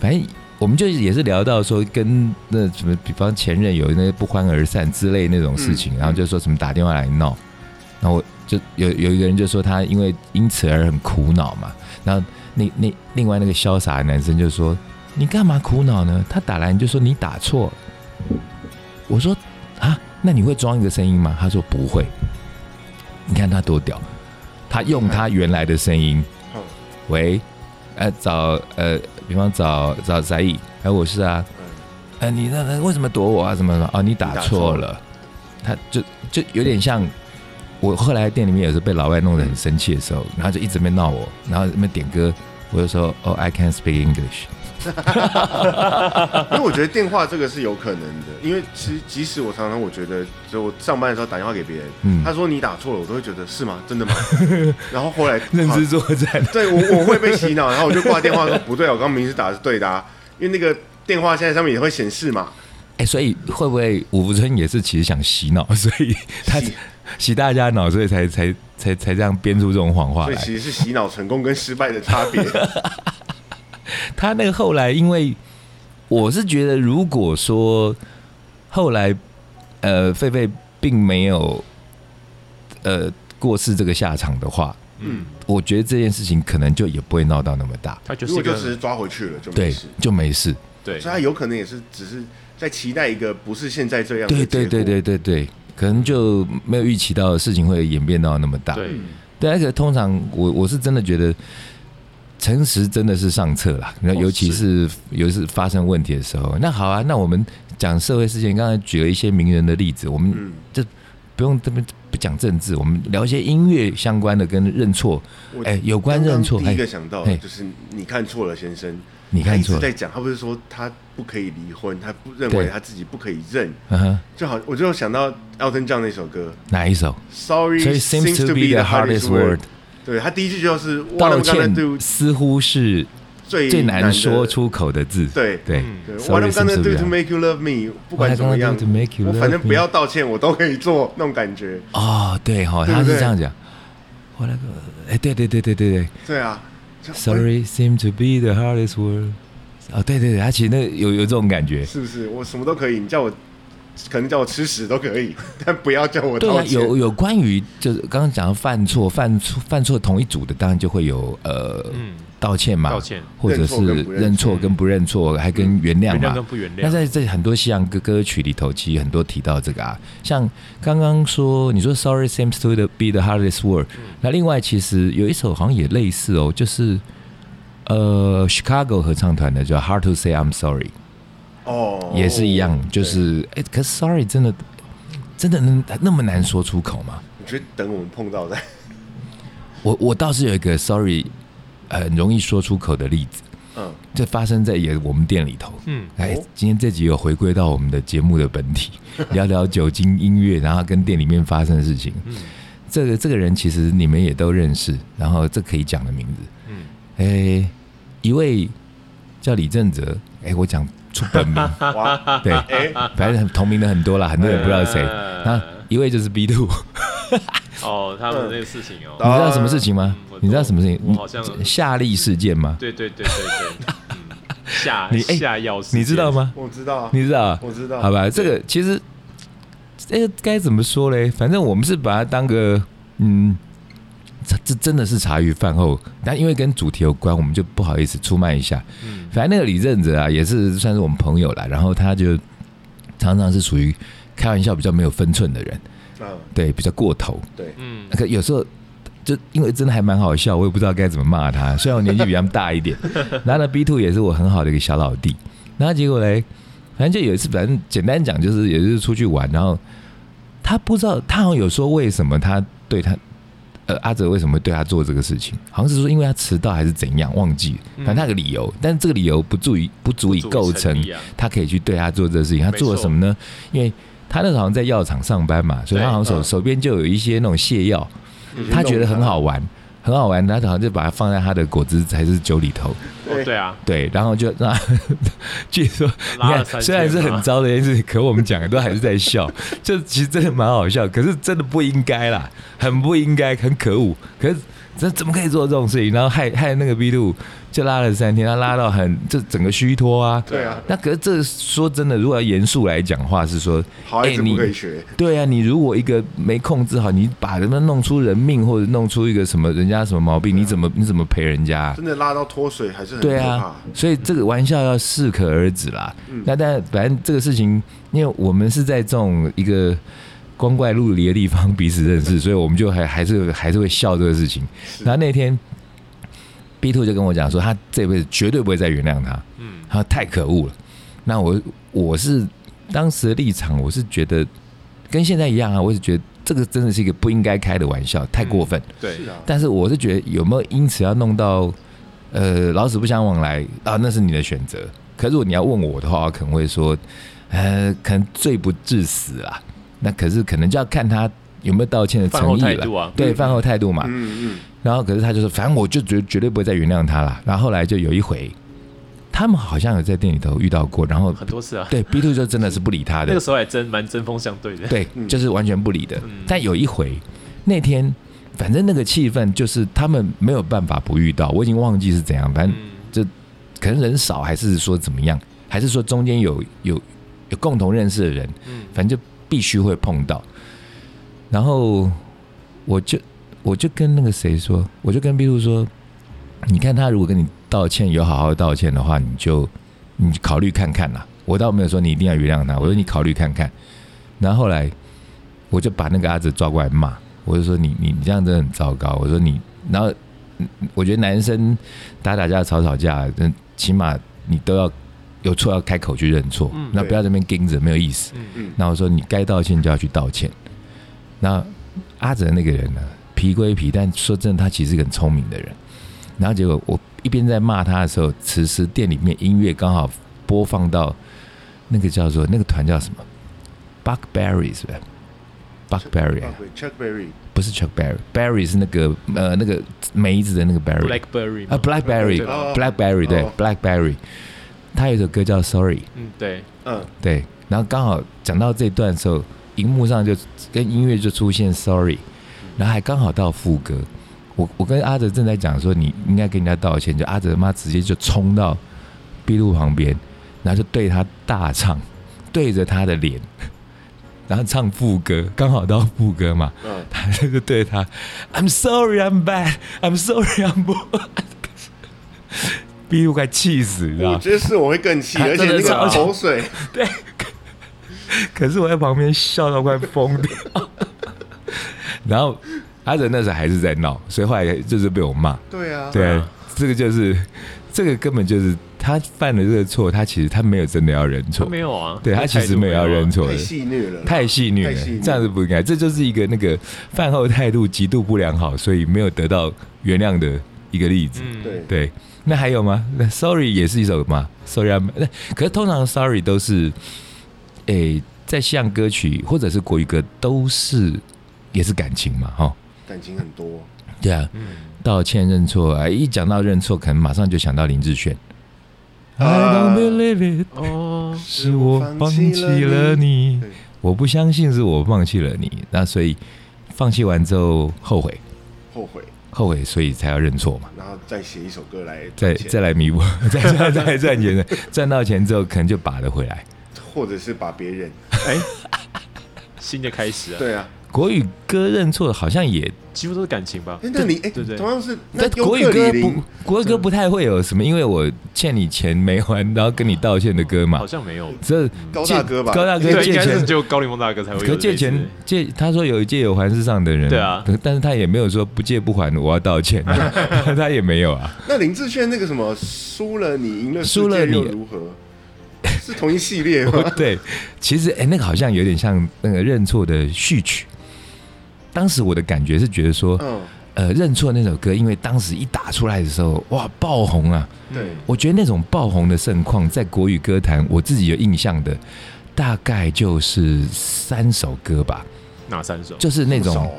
S2: 反正我们就也是聊到说跟那什么，比方前任有那些不欢而散之类那种事情，
S1: 嗯
S2: 然后就说什么打电话来闹，然后我就有有一个人就说他因为因此而很苦恼嘛，然后那那另外那个潇洒的男生就说你干嘛苦恼呢？他打来你就说你打错了，我说啊，那你会装一个声音吗？他说不会，你看他多屌，他用他原来的声音
S1: 嗯，
S2: 喂，呃找呃，比方找找翟毅，哎、我是啊，呃，你那那为什么躲我啊？什么什么？哦，你打错了。他就就有点像我后来店里面有时候被老外弄得很生气的时候，然后就一直在闹我，然后在那边点歌，我就说哦、i can't speak English。
S1: 因为我觉得电话这个是有可能的，因为其实即使我常常我觉得，就我上班的时候打电话给别人，
S2: 嗯
S1: 他说你打错了，我都会觉得是吗？真的 吗？然后后来啊
S2: 认知作战，
S1: 对我我会被洗脑，然后我就挂电话说不对，我刚刚明明是打的是对的、啊，因为那个电话现在上面也会显示嘛。
S2: 哎、所以会 不会五福村也是其实想洗脑，所以他
S1: 洗
S2: 洗大家脑，所以才才才才这样编出这种谎话
S1: 所以
S2: 来。
S1: 其实是洗脑成功跟失败的差别。
S2: 他那个后来，因为我是觉得，如果说后来呃，狒狒并没有呃过世这个下场的话，
S1: 嗯，
S2: 我觉得这件事情可能就也不会闹到那么大，
S3: 他就
S1: 如
S3: 是一
S1: 果
S3: 个
S1: 就只是抓回去了就没
S2: 对
S1: 事，，
S2: 就没事。
S3: 对
S1: 所以他有可能也是只是在期待一个不是现在这样的
S2: 对对
S1: 结果
S2: 对对对对，可能就没有预期到事情会演变到那么大。
S3: 对
S2: 对，而且通常我我是真的觉得，诚实真的是上策啦。那
S3: 哦
S2: 尤其是尤其是发生问题的时候，那好啊，那我们讲社会事件，刚才举了一些名人的例子，我们
S1: 嗯，
S2: 不用这么不讲政治，我们聊一些音乐相关的跟认错。
S1: 我
S2: 哎，有关认错，
S1: 刚刚第
S2: 哎
S1: 一，个想到
S2: 嘿
S1: 就是你看错了，先生。
S2: 你
S1: 他
S2: 看
S1: 一直
S2: 错了
S1: 哎在，讲，他不是说他不可以离婚，他不认
S2: 对
S1: 为他自己不可以认，
S2: 嗯哼，
S1: 就好，我就想到 Elton John 那首歌
S2: 哪一首？
S1: ，Sorry
S2: 所以 seems to be the hardest word，
S1: 对他第一句就是我 a
S2: 道
S1: t I'm gonna
S2: 歉
S1: do
S2: 似乎是
S1: 最
S2: 最
S1: 难
S2: 难
S1: 的
S2: 说。出口的字。
S1: 对
S2: 对
S3: 嗯
S1: 对
S2: Sorry,
S1: ，What I'm
S2: seems
S1: gonna
S2: to be
S1: do
S2: the-
S1: to make you love me，不
S2: What
S1: 管
S2: I
S1: 怎么
S2: gonna
S1: 样
S2: do to make you，
S1: 我
S2: love
S1: 反正
S2: me
S1: 不要道歉，我都可以做那种感觉。
S2: 哦，对哈、
S1: 对
S2: 他
S1: 不
S2: 是
S1: 对
S2: 这样讲。我那个，哎，对对对对对对
S1: 对啊就
S2: ，Sorry seem to be the hardest word。哦，对对对，他其实那个有有这种感觉
S1: 我。是不是我什么都可以？你叫我可能叫我吃屎都可以， 但不要叫我
S2: 对
S1: 道
S2: 啊，
S1: 歉。
S2: 有有关于就是刚刚讲到犯错，犯错犯错同一组的，当然就会有呃、
S3: 嗯
S2: 道歉嘛，
S3: 道歉
S2: 或者
S1: 认错
S2: 是
S1: 跟不认
S2: 认错跟不认错，还跟原谅
S3: 原谅
S2: 嘛。
S3: 跟不原
S2: 那
S3: 谅，
S2: 在这很多西洋歌歌曲里头，其实很多提到这个啊，像刚刚说你说 “Sorry seems to be the hardest word”，、那另外其实有一首好像也类似哦，就是呃 Chicago 合唱团的叫《Hard to Say I'm Sorry》，
S1: 哦，
S2: 也是一样，就是哎、可是 “Sorry” 真的真的能那么难说出口吗？
S1: 我觉得等我们碰到再
S2: 我我倒是有一个 “Sorry” 很容易说出口的例子，
S1: 嗯，
S2: 这发生在也我们店里头，
S3: 嗯，
S2: 哎
S1: 哦，
S2: 今天这集有回归到我们的节目的本体，聊聊酒精、音乐，然后跟店里面发生的事情。
S3: 嗯
S2: 这个这个人其实你们也都认识，然后这可以讲的名字，
S3: 嗯，
S2: 哎，一位叫李正哲，哎，我讲出本 名，
S1: 哇，
S2: 对，
S1: 哎，
S2: 反正同名的很多啦，很多人不知道是 谁。
S3: 嗯
S2: 那一位就是 B Two，
S3: 哦，他们那个事情哦
S2: 你，知道什么事情吗
S3: 嗯我？
S2: 你
S3: 懂
S2: 知道什么事情？
S3: 我好像
S2: 你夏利事件吗？
S3: 对对对对对， 嗯下
S2: 你哎
S3: 下药事件
S2: 你知道？吗？
S1: 我知道啊，
S2: 你知道啊？
S1: 我知道，
S2: 好吧，这个其实，哎、该怎么说嘞？反正我们是把它当个，嗯，这这真的是茶余饭后，但因为跟主题有关，我们就不好意思出卖一下。
S3: 嗯
S2: 反正那个李正哲啊，也是算是我们朋友啦，然后他就常常是属于开玩笑比较没有分寸的人，
S1: 嗯，
S2: 对，比较过头。
S1: 对，
S3: 嗯，
S2: 可有时候就因为真的还蛮好笑，我也不知道该怎么骂他。虽然我年纪比他们大一点， 然后呢，B two 也是我很好的一个小老弟。然后结果嘞，反正就有一次，反正简单讲就是，也就是出去玩，然后他不知道，他好像有说为什么他对他。呃，阿哲为什么对他做这个事情？好像是说因为他迟到还是怎样，忘记了，反正他有个理由，但是这个理由不足以嗯不足以构成
S3: 不足以成立啊
S2: 他可以去对他做这个事情。他做了什么呢？因为他那时候好像在药厂上班嘛，所以他好像手、
S1: 对嗯
S2: 手边就有一些那种泻药，他觉得很好玩，很好玩，他好像就把它放在他的果汁还是酒里头，
S3: 哦对啊，
S2: 对，然后就 让他据说你
S3: 拉了
S2: 看
S3: 三千
S2: 虽然是很糟的一件事，可我们讲的都还是在笑， 就其实真的蛮好笑，可是真的不应该啦，很不应该，很可恶，可是。这怎么可以做这种事情？然后害害那个 B 度就拉了三天，他拉到很就整个虚脱啊。
S1: 对啊
S2: 那可是这说真的，如果要严肃来讲话，是说
S1: 好孩子
S2: 哎你
S1: 不可以学，
S2: 对啊，你如果一个没控制好，你把人家弄出人命，或者弄出一个什么人家什么毛病，你
S1: 啊
S2: 怎么你怎么赔人家啊、
S1: 真的拉到脱水还是很可
S2: 对
S1: 怕嗯
S2: 啊。，所以这个玩笑要适可而止啦。那但反正这个事情，因为我们是在这种一个光怪陆离的地方彼此认识，所以我们就还还是还是会笑这个事情。然后那天 B two 就跟我讲说，他这辈子绝对不会再原谅他，
S3: 嗯
S2: 他太可恶了。那我我是当时的立场，我是觉得跟现在一样啊，我是觉得这个真的是一个不应该开的玩笑，太过分。
S3: 对
S1: 是，啊，
S2: 但是我是觉得有没有因此要弄到呃老死不相往来啊，那是你的选择。可如果你要问我的话，我可能会说，呃，可能罪不至死啦。那可是可能就要看他有没有道歉的
S3: 饭
S2: 诚
S3: 后
S2: 意嗯
S3: 态
S2: 了。
S3: 度啊
S2: 对，饭后态度嘛。
S1: 嗯嗯，
S2: 然后可是他就说，反正我就绝绝对不会再原谅他啦。然后后来就有一回，他们好像有在店里头遇到过，然后
S3: 很多次啊，
S2: 对 B two 就真的是不理他
S3: 那
S2: 的
S3: 个， 时候还真蛮针锋相对的，
S2: 对，就是完全不理的。但有一回那天反正那个气氛就是他们没有办法不遇到，我已经忘记是怎样，反正
S3: 嗯
S2: 可能人少，还是说怎么样，还是说中间有有有共同认识的人，
S3: 嗯
S2: 反正就必须会碰到。然后我就我就跟那个谁说，我就跟碧露说，你看他如果跟你道歉，有好好道歉的话，你就你考虑看看啦。我倒没有说你一定要原谅他，我说你考虑看看。然后后来我就把那个阿哲抓过来骂，我就说你你你这样真的很糟糕。我说你，然后嗯我觉得男生打打架吵吵架，嗯，起码你都要有错要开口去认错，
S3: 嗯
S2: 那不要这边盯着没有意思。
S3: 嗯
S1: 嗯，
S2: 那我说你该道歉就要去道歉。那阿哲那个人呢，皮归皮，但说真的，他其实是个很聪明的人。然后结果我一边在骂他的时候，此时店里面音乐刚好播放到那个叫做那个团叫什么，Buckberry 是不是？Buckberry 啊
S1: Chuck Berry，
S2: 不是 Chuck Berry，Berry 是那个呃那个梅子的那个 Berry
S3: ，Blackberry
S2: 啊
S3: 嘛
S2: ，Blackberry
S3: 对吧
S2: Blackberry 对
S1: 哦
S2: Blackberry，他有一首歌叫 Sorry，
S3: 嗯，对，
S1: 嗯，
S2: 对，然后刚好讲到这段的时候，荧幕上就跟音乐就出现 Sorry，然后还刚好到副歌。我我跟阿哲正在讲说，你应该跟人家道歉，就阿哲妈直接就冲到碧路旁边，然后就对他大唱，对着他的脸，然后唱副歌，刚好到副歌嘛，
S1: 嗯，
S2: 他就对他，I'm sorry, I'm bad, I'm sorry, I'm bad，碧路快气死，你知道
S1: 我
S2: 吗？
S1: 觉得是我会更 气，
S2: 他
S1: 而且
S2: 啊真的啊
S1: 那个
S2: 超
S1: 口水，
S2: 可是我在旁边笑到快疯掉。 然后阿哲那时候还是在闹，所以后来就是被我骂。
S1: 对啊，
S2: 对，
S3: 啊
S2: 这个就是这个根本就是他犯了这个错，他其实他没有真的要认
S3: 他
S2: 错，
S3: 没有啊，
S2: 对他其实没有要认
S3: 认，
S2: 错
S1: 太
S2: 的。
S1: 戏虐了，
S2: 太戏虐
S1: 太戏
S2: 了
S1: 虐，
S2: 这样子不应该。这就是一个那个饭后态度极度不良好，所以没有得到原谅的一个例子。
S3: 嗯，
S1: 对，
S2: 对，那还有吗？那 Sorry 也是一首嘛，Sorry I'm，那可是通常 Sorry 都是，诶、在西洋歌曲或者是国语歌都是也是感情嘛，哈，
S1: 感情很多，
S2: 对啊，
S3: 嗯，
S2: 道歉认错啊，一讲到认错，可能马上就想到林志炫。I
S1: 啊
S2: don't believe it，
S3: 哦，
S2: 是我放弃了你，
S1: 对，
S2: 我不相信是我放弃了你，那所以放弃完之后后悔，
S1: 后悔，
S2: 后悔所以才要认错嘛。
S1: 然后再写一首歌来
S2: 再
S1: 赚钱
S2: 再来弥补， 再再再来赚钱的，赚到钱之后可能就拔得回来。
S1: 或者是把别人，
S3: 哎， 新的开始啊，
S1: 对啊，
S2: 国语歌认错好像也，
S3: 几乎都是感情吧
S1: 哎，，那你哎，
S3: 对对
S1: 同样是那
S2: 但
S1: 尤
S2: 国语
S1: 克
S2: 歌
S1: 里
S2: 不
S1: 里，
S2: 国语
S3: 嗯
S2: 歌不太会有什么，因为我欠你钱没还，然后跟你道歉的歌嘛
S3: 好，像没有，
S2: 这
S1: 高
S2: 借
S1: 大哥吧
S2: 高大哥
S3: 对，应
S2: 借
S3: 该是
S2: 钱。
S3: 只有高凌风大哥才会有
S2: 可
S3: 类似的，
S2: 借钱借，他说有借有还是上的人，
S3: 对啊
S2: 可，但是他也没有说不借不还，我要道 歉、啊，他也没有啊，
S1: 那林志炫那个什么输了你赢了世界
S2: 输了你
S1: 又如 何？是同一系列吗？
S2: 对，其实哎、那个好像有点像那个认错的序曲，当时我的感觉是觉得说，
S1: 嗯，
S2: 呃，认错那首歌，因为当时一打出来的时候，哇，爆红啊！
S1: 对，
S2: 我觉得那种爆红的盛况，在国语歌坛，我自己有印象的，大概就是三首歌吧，
S3: 哪三首？
S2: 就是那
S1: 这么
S2: 种
S1: 少哦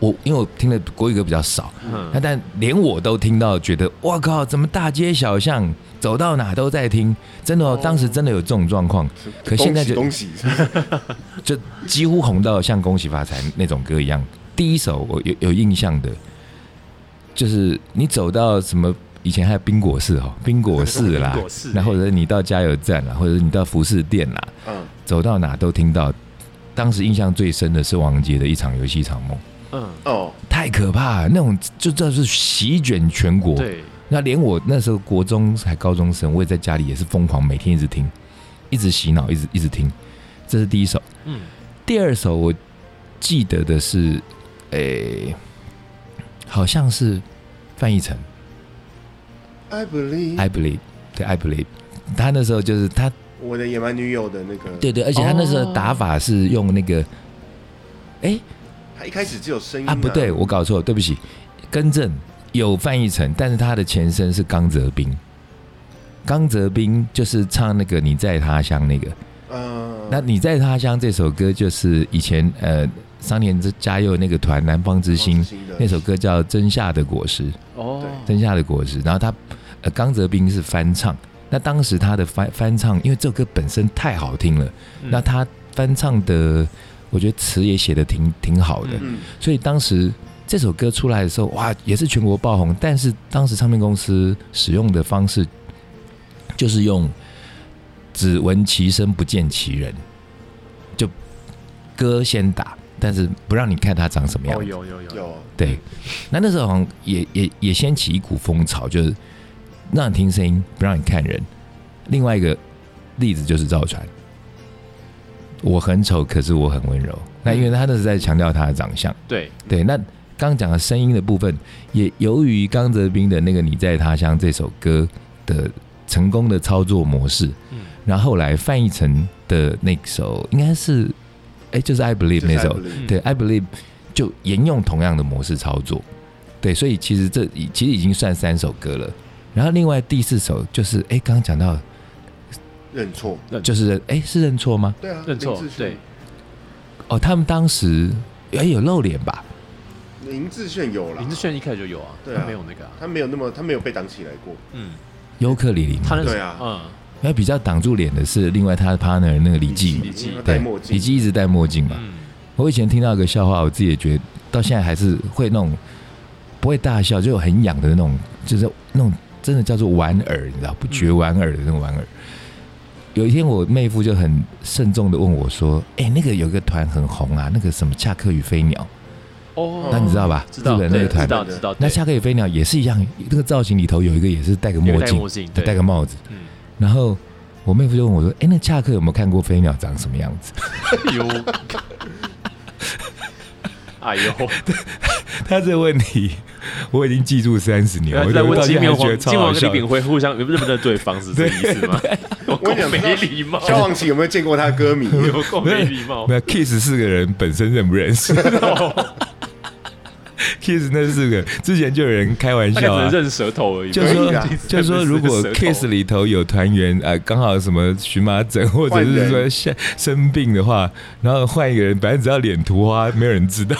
S2: 我因为我听的国语歌比较少，那
S3: 嗯，
S2: 但连我都听到，觉得哇靠，怎么大街小巷走到哪都在听，真的哦
S1: 哦，
S2: 当时真的有这种状况，可现在就
S1: 恭喜，恭喜
S2: 就几乎红到像恭喜发财那种歌一样。第一首我有有印象的，就是你走到什么以前还有冰果室哦，冰果室啦
S3: 冰果室，
S2: 然后或者是你到加油站啦，或者是你到服饰店啦，
S1: 嗯，
S2: 走到哪都听到。当时印象最深的是王杰的一场游戏一场梦，
S3: 嗯，
S1: 哦，
S2: 太可怕了，那种就这是席卷全国。
S3: 对，
S2: 那连我那时候国中还高中生，我也在家里也是疯狂，每天一直听，一直洗脑，一直一直听。这是第一首。
S3: 嗯，
S2: 第二首我记得的是，诶、好像是范逸臣
S1: ，I believe
S2: ，I believe，对，I believe。他那时候就是他，
S1: 我的野蛮女友的那个，
S2: 对对，而且他那时候打法是用那个，诶
S1: 他一开始只有声音
S2: 啊，不对，，我搞错，了，对不起，更正，有范逸臣，但是他的前身是刚泽斌。刚泽斌就是唱那个《你在他乡》那个，
S1: 嗯，
S2: 那你在他乡这首歌就是以前呃三年之嘉佑那个团南方之星
S1: 的
S2: 那首歌叫《真夏的果实》，
S3: 哦
S2: 《真夏的果实》，然后他呃刚泽斌是翻唱，那当时他的翻翻唱，因为这首歌本身太好听了，
S3: 嗯
S2: 那他翻唱的，我觉得词也写的挺挺好的，
S1: 嗯，
S2: 所以当时这首歌出来的时候，哇，也是全国爆红。但是当时唱片公司使用的方式，就是用“只闻其声不见其人”，就歌先打，但是不让你看他长什么样
S3: 哦，
S2: 子。
S3: 有有有，
S1: 有
S2: 对，那那时候好像也也也掀起一股风潮，就是让你听声音，不让你看人。另外一个例子就是赵传，我很丑，可是我很温柔。那因为他那是在强调他的长相，
S3: 对，
S2: 对。那刚刚讲的声音的部分，也由于刚泽斌的那个《你在他乡》这首歌的成功的操作模式，
S3: 嗯，
S2: 然后后来范逸臣的那首应该是，哎，就是《I Believe》那首，
S3: 嗯
S2: 对，I believe 就沿用同样的模式操作。对，所以其实这已其实已经算三首歌了。然后另外第四首就是，哎，刚刚讲到
S1: 认错，
S2: 就是，哎，是认错吗？
S1: 对啊，
S3: 认错
S1: 林志，
S3: 对
S1: 炫，，
S2: 哦，他们当时哎有露脸吧？
S1: 林志炫有啦，
S3: 林志，炫一开始就有啊，
S1: 对啊
S3: 他没有那个啊，
S1: 他没有那么，他没有被挡起来过，
S3: 嗯，
S2: 尤克里里吗
S3: 他那时
S1: 对啊
S3: 嗯，
S2: 那比较挡住脸的是另外他的 partner 那个李
S3: 李
S2: 记
S3: 记，
S1: 因为嗯他
S2: 对
S1: 戴墨，镜，
S2: 李记一直戴墨镜嘛。
S3: 嗯，
S2: 我以前听到一个笑话，我自己也觉得到现在还是会那种不会大笑，就很痒的那种，就是那种真的叫做莞尔，你知道不觉莞尔的那种莞尔。有一天，我妹夫就很慎重的问我说：“哎、那个有个团很红啊，那个什么恰克与飞鸟，
S3: 哦，
S2: 那你知道吧？
S3: 知道
S2: 日本那
S3: 对
S2: 个团
S3: 知，道知道，
S2: 那
S3: 对
S2: 恰克与飞鸟也是一样，那个造型里头有一个也是戴个
S3: 有
S2: 墨
S3: 戴
S2: 镜，
S3: 墨镜，
S2: 戴
S3: 对，
S2: 个帽子。
S3: 嗯，
S2: 然后我妹夫就问我说：‘哎、那恰克有没有看过飞鸟长什么样子？’
S3: 哎呦，哎呦，
S2: 他这个问题我已经记住三十年，
S3: 原来
S2: 我
S3: 呃是在问
S2: 到
S3: 金
S2: 现在
S3: 明
S2: 还觉得
S3: 皇、
S2: 超
S3: 金
S2: 好
S3: 王跟
S2: 笑
S3: 李
S2: 的。
S3: 炳辉互相认不认得对方是这个意思吗？有够
S1: 我想知道
S3: 没礼貌，
S1: 萧煌奇有没有见过他的歌迷？
S3: 有够没礼貌
S2: 没，有 Kiss 四个人本身认不认 识？Kiss 那四个之前就有人开玩
S3: 大概
S2: 笑
S3: 只能
S2: 啊，
S3: 认舌头而已吧。
S2: 就
S1: 可以
S2: 说
S1: 啊
S2: 就 说如果 Kiss 里头有团员啊，呃刚好什么荨麻疹或者
S1: 换
S2: 是
S1: 人
S2: 说下生病的话，然后换一个人，反正只要脸涂花，没有人知道。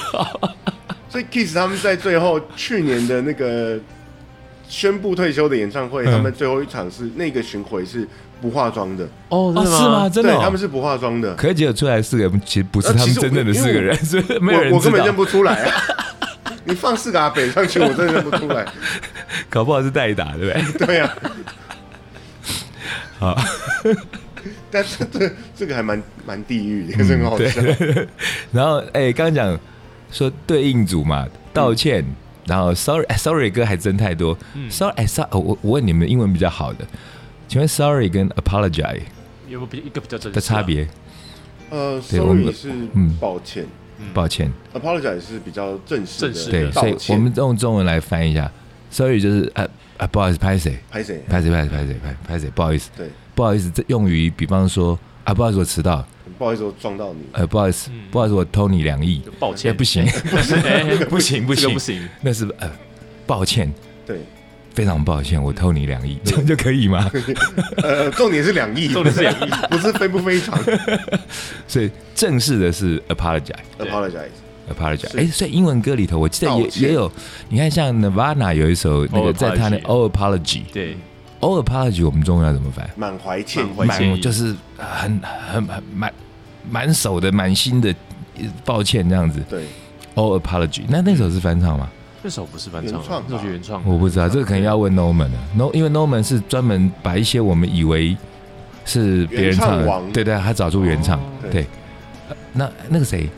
S1: 所以 Kiss 他们在最后去年的那个宣布退休的演唱会，
S2: 嗯
S1: 他们最后一场是那个巡回是不化妆的，
S3: 哦
S2: 哦，是吗？？真
S1: 对
S2: 的哦？
S1: 他们是不化妆的，
S2: 可是结果出来四个人，其实不是
S1: 呃
S2: 他
S1: 其
S2: 们
S1: 实我
S2: 真正的四个人，是不是没有人
S1: 我我根
S2: 知
S1: 本
S2: 道
S1: 认。不出来、啊。 你放四个阿北上去，我真的认不出来。
S2: 搞不好是代打，对不对？
S1: 对啊呀、
S2: 好，
S1: 但是这这个还蛮蛮地狱的，真的很好
S2: 嗯
S1: 笑。
S2: 然后哎，刚刚讲说对应组嘛，道歉，然后 sorry 哎 sorry 歌还真太多、sorry 哎 sorry 我我问你们英文比较好的，请问 sorry 跟 apologize
S3: 有没有比一个比较真实啊
S2: 的差？别？
S1: 呃
S2: 对我们
S1: ，sorry 是
S2: 嗯
S1: 抱歉、
S2: 抱歉，
S1: a p o l o g i z e 是比较正式的
S3: 正式
S2: 对，
S1: 道
S2: 所以
S1: 歉。
S2: 我们用中文来翻译一下，sorry 就是啊啊不好意思，拍谁？
S1: 拍谁？
S2: 拍谁？拍谁？拍谁？拍拍谁？不好意思，
S1: 嗯对，
S2: 不好意思，这用于比方说啊不好意思我迟到，
S1: 不好意思，我撞到你。
S2: 呃不好意思，
S3: 嗯
S2: 不好意思我偷你两亿，
S3: 抱
S2: 哎
S3: 歉，
S2: 不行，
S3: 哎，
S2: 不行不
S3: 这个
S2: 行
S3: 不，行，
S2: 那是呃抱歉。
S1: 对，
S2: 非常抱歉，我偷你两亿，这样就可 以吗？
S1: 呃，重点是两亿，
S3: 重点是两亿，
S1: 不是非不非常。
S2: 所以正式的是 apologize，apologize。
S1: apologize，是
S2: 哎，所以英文歌里头，我记得也
S1: 道歉哦
S2: 也有，你看像 Nirvana 有一首那个
S3: Oh,
S2: 在他的
S3: apology
S2: Oh Apology，Oh
S3: 对，
S2: Apology，我们中文要怎么翻？
S1: 满怀歉
S3: 满
S1: 意
S3: 怀。歉意
S2: 满就是很很很满满手的满心的呃抱歉这样子。
S1: 对，
S2: Oh Apology，那那首是翻唱吗？
S3: 那首不是翻唱
S1: 原创
S3: 啊，
S1: 吧
S3: 那首是原创。
S2: 我不知道，这个可能要问 Norman 了。No，因为 Norman 是专门把一些我们以为是别人唱
S1: 原唱
S2: 的，
S1: 王
S2: 对对，他找出原唱。
S3: 哦
S2: 对，呃那那个谁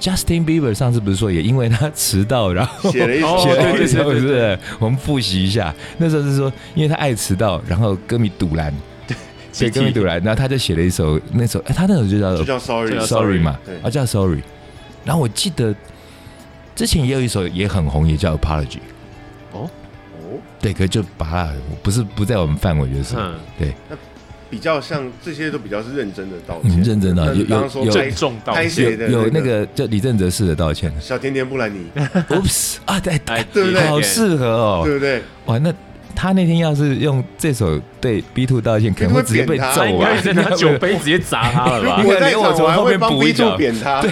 S2: ，Justin Bieber 上次不是说也因为他迟到，然后
S1: 写了 一首
S3: 哦
S2: 写了
S3: 对
S2: 一
S3: 对
S2: 首，是
S3: 对
S2: 不
S3: 对
S2: 是？我们复习一下，那时候是说，因为他爱迟到，然后歌迷堵拦，对，
S3: 集体
S2: 歌迷堵拦，然后他就写了一首，那首哎他那首就叫
S1: 就叫
S3: 就
S1: sorry，
S3: 叫
S2: Sorry 嘛
S1: 对，
S2: 啊叫 Sorry，然后我记得之前也有一首也很红，也叫 Apology。
S3: 哦，
S1: 哦，
S2: 对，可就把它不是不在我们范围，就是、
S3: 嗯，
S2: 对，
S1: 比较像这些都比较是认真的道
S2: 嗯
S1: 歉，
S2: 认真的
S1: 那
S2: 有有
S1: 刚刚说
S2: 有
S1: 拍
S3: 郑重道
S1: 拍
S3: 歉，
S1: 谁的
S2: 有有那个叫李正哲式的道 歉
S1: 小甜甜布兰妮，
S2: ，Oops 啊，对，
S3: 哎，
S1: 对不对
S2: 好适合
S1: 对
S2: 哦，
S1: 不对？
S2: 哇，那他那天要是用这首对 B Two 道歉，可能会直接
S1: 会
S2: 被
S1: 扁他
S2: 揍
S3: 他应
S2: 啊
S3: 该！在拿 酒杯直接砸他了吧
S2: 应？
S1: 我
S2: 该
S1: 在
S2: 连我
S1: 场
S2: 从
S1: 我还
S2: 后
S1: 会
S2: 面
S1: 帮
S2: 补一
S1: B
S2: 脚
S1: 柱扁他，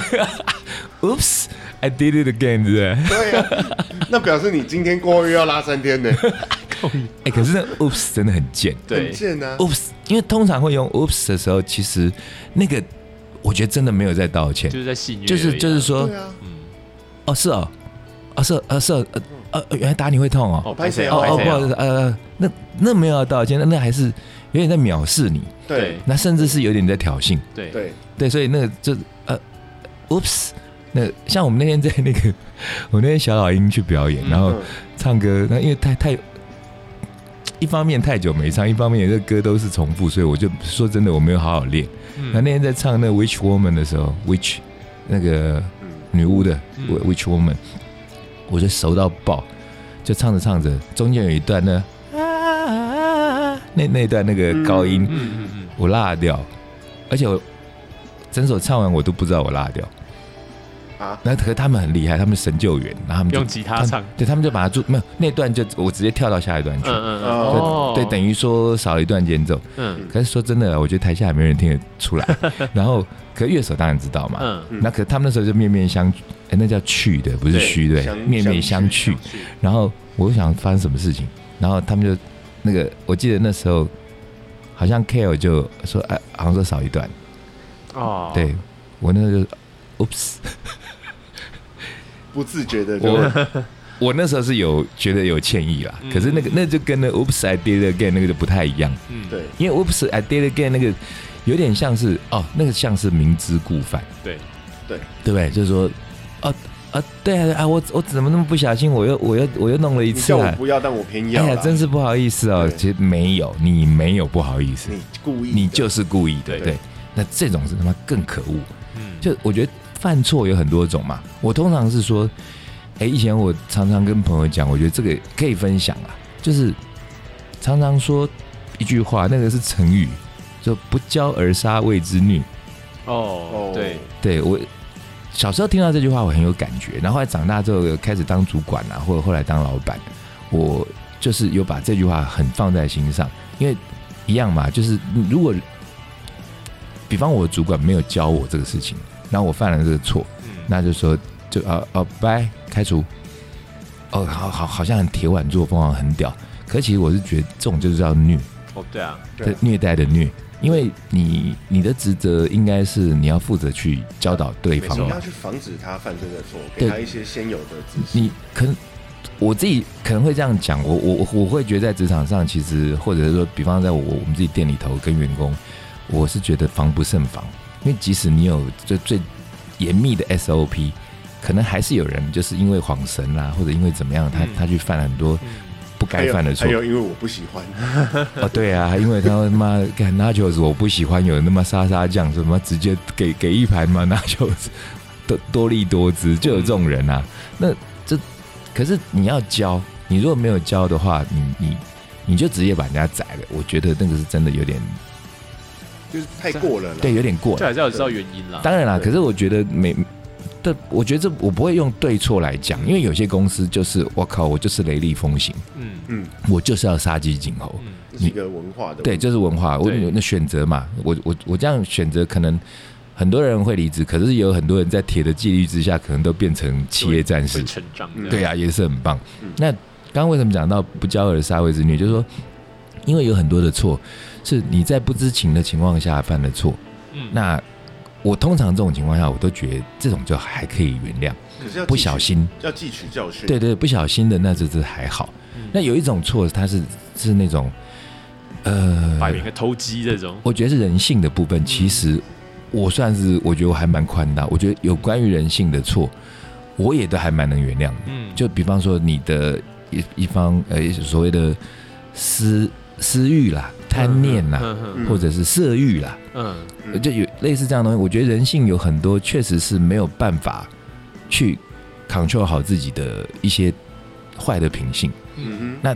S2: ，Oops，I did it again，对不对？
S1: 对啊，那表示你今天过月要拉三天呢，
S2: 哎，可是那 Oops 真的很贱
S3: 对
S1: 很，贱啊！
S2: ，Oops，因为通常会用 Oops 的时候，其实那个我觉得真的没有在道歉
S3: 就，是在戏虐而已啊，
S2: 就是就是说
S1: 对，啊，
S3: 嗯，
S2: 哦是哦，啊是啊是呃呃呃原来打你会痛哦，
S3: 哦，
S1: 拍
S3: 拍
S1: 谁
S3: 谁
S1: 啊
S3: 啊？
S2: 哦哦
S3: 拍谁
S2: 不好意
S3: 啊？
S2: 思，呃那那没有要道歉，那那还是有点在藐视你，
S1: 对
S2: 那甚至是有点在挑衅，
S3: 对
S1: 对，
S2: 对，所以那个就呃，oops，那像我们那天在那个 我那天小老鹰去表演，
S3: 嗯
S2: 然后
S1: 嗯
S2: 唱歌，那因为太太一方面太久没唱，一方面这歌都是重复，所以我就说真的我没有好好练。那、
S3: 嗯
S2: 那天在唱那《Witch Woman》的时候，《Witch》那个
S1: 嗯，
S2: 女巫的
S3: 嗯
S2: 《Witch Woman》，我就熟到爆，就唱着唱着，中间有一段呢，啊，那那一段那个高音
S3: 嗯嗯嗯，
S2: 我落掉，而且我整首唱完我都不知道我落掉。
S1: 啊，
S2: 那可是他们很厉害，他们神救援，然后他们就
S3: 用吉他
S2: 们
S3: 唱
S2: 对他们就把它做没有那段就我直接跳到下一段
S3: 嗯
S2: 去，
S3: 嗯嗯，
S1: 对
S3: 哦，
S2: 对，等于说少了一段间奏。
S3: 嗯
S2: 可是说真的，我觉得台下也没人听得出 来。然后，可乐手当然知道嘛，
S3: 嗯
S1: 嗯
S2: 那可是他们那时候就面面相，哎，那叫去的，不是虚的，
S1: 相
S2: 面面相觑。
S1: 相觑
S2: 然后我就想发生什么事情，然后他们就那个，我记得那时候好像 Kale 就说，哎、好像说少一段，
S3: 哦，
S2: 对我那时候就，oops，
S1: 不自觉的就
S2: 我我那时候是有觉得有歉意啦，
S3: 嗯
S2: 可是那个那就跟那 Oops I did it again 那个就不太一样，
S3: 嗯
S1: 对
S2: 因为 Oops I did it again 那个有点像是哦，那个像是明知故犯，
S3: 对，
S2: 对不对？就是说，哦啊对啊对啊，我我怎么那么不小心，我又我又我又弄了一
S1: 你
S2: 次
S1: 叫我
S2: 啊。
S1: 不要，但我偏要
S2: 哎
S1: 啦，
S2: 呀，真是不好意思哦。
S1: 对
S2: 其实没有，你没有不好意思，
S1: 你故意的，
S2: 你就是故意的。
S1: 对
S2: 对，那这种是他妈更可恶。
S3: 嗯
S2: 就我觉得犯错有很多种嘛。我通常是说，哎、以前我常常跟朋友讲，我觉得这个可以分享啊，就是常常说一句话，那个是成语，就不教而杀谓之虐。
S3: 哦
S1: 哦，
S3: 对，
S2: 对我小时候听到这句话，我很有感觉。然后后来长大之后，开始当主管啊，或者后来当老板，我就是有把这句话很放在心上，因为一样嘛，就是如果比方我主管没有教我这个事情，然后我犯了这个错，
S3: 嗯
S2: 那就说就呃哦拜开除，哦好好好像很铁腕作风，好像很屌。可其实我是觉得这种就是叫虐，
S3: 哦对啊，
S1: 对
S2: 的虐待的虐，因为你你的职责应该是你要负责去教导对
S3: 没
S2: 方
S1: 你
S3: 错
S2: 嘛
S1: 要。去防止他犯罪的错，给
S2: 对
S1: 他一些先有的知识。
S2: 你可能我自己可能会这样讲，我我我我会觉得在职场上，其实或者是说，比方在我我们自己店里头跟员工，我是觉得防不胜防，因为即使你有最最严密的 SOP，可能还是有人就是因为晃神啦、或者因为怎么样，他
S3: 嗯
S2: 他去犯很多不
S1: 还
S2: 该
S1: 有
S2: 犯的错
S1: 还。有，因为我不喜欢，
S2: 哦，对啊，因为他说他妈干 nachos 我不喜欢有那么沙沙酱，什么直接给给一盘嘛 nachos 多多利多汁，就有这种人啊。那这可是你要教，你如果没有教的话，你你你就直接把人家宰了。我觉得那个是真的有点
S1: 就是太过了啦。
S2: 对，有点过
S3: 这
S2: 了。
S3: 还是要知道原因啦。
S2: 当然啦，
S1: 对
S2: 可是我觉得每这我觉得这我不会用对错来讲，因为有些公司就是我靠，我就是雷厉风行，
S3: 嗯
S1: 嗯，
S2: 我就是要杀鸡儆猴。
S3: 嗯
S1: 这是一个文化的
S2: 对，就是文化。我
S3: 对
S2: 那选择嘛，我我我这样选择，可能很多人会离职，可是也有很多人在铁的纪律之下，可能都变成企业战士
S3: 会。成长
S1: 嗯
S3: 的，
S2: 对啊，也是很棒。
S1: 嗯
S2: 那刚刚为什么讲到不教而杀谓之虐，就是说，因为有很多的错是你在不知情的情况下犯的错。
S3: 嗯，
S2: 那我通常这种情况下，我都觉得这种就还可以原谅，
S1: 可是要
S2: 不
S1: 汲取
S2: 小心。
S1: 要汲取教训。
S2: 对对，不小心的那这这还好。
S3: 嗯
S2: 那有一种错，它是是那种，呃，
S3: 摆明个偷鸡这种，
S2: 我觉得是人性的部分，其实我算是我觉得我还蛮宽大。我觉得有关于人性的错，我也都还蛮能原谅的。
S3: 嗯，
S2: 就比方说你的一一方呃所谓的私私欲啦、贪念啦，
S3: 嗯嗯
S2: 或者是色欲啦，
S3: 嗯
S1: 嗯
S2: 就有类似这样的东西。我觉得人性有很多确实是没有办法去 control 好自己的一些坏的品性，
S1: 嗯
S2: 那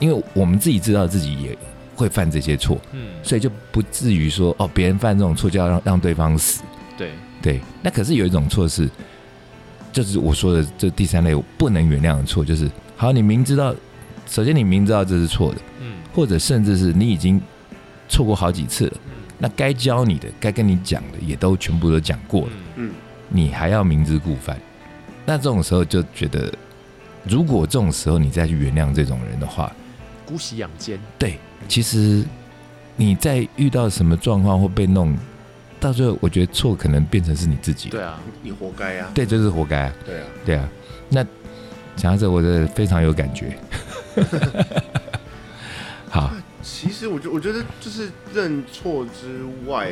S2: 因为我们自己知道自己也会犯这些错。
S3: 嗯，
S2: 所以就不至于说哦，别人犯这种错就要让让对方死。
S3: 对，
S2: 对，那可是有一种错是，就是我说的这第三类我不能原谅的错，就是好，你明知道，首先你明知道这是错的，
S3: 嗯
S2: 或者甚至是你已经错过好几次了，
S3: 嗯
S2: 那该教你的、该跟你讲的也都全部都讲过了，
S3: 嗯
S1: 嗯
S2: 你还要明知故犯，那这种时候就觉得，如果这种时候你再去原谅这种人的话，
S3: 姑息养奸，
S2: 对，其实你在遇到什么状况或被弄，到最后我觉得错可能变成是你自己。
S3: 对啊，
S1: 你活该啊。
S2: 对，这、就是活该、啊。
S1: 对啊，
S2: 对啊，那讲到这，我真的非常有感 觉。好，
S1: 其实我觉我觉得就是认错之外，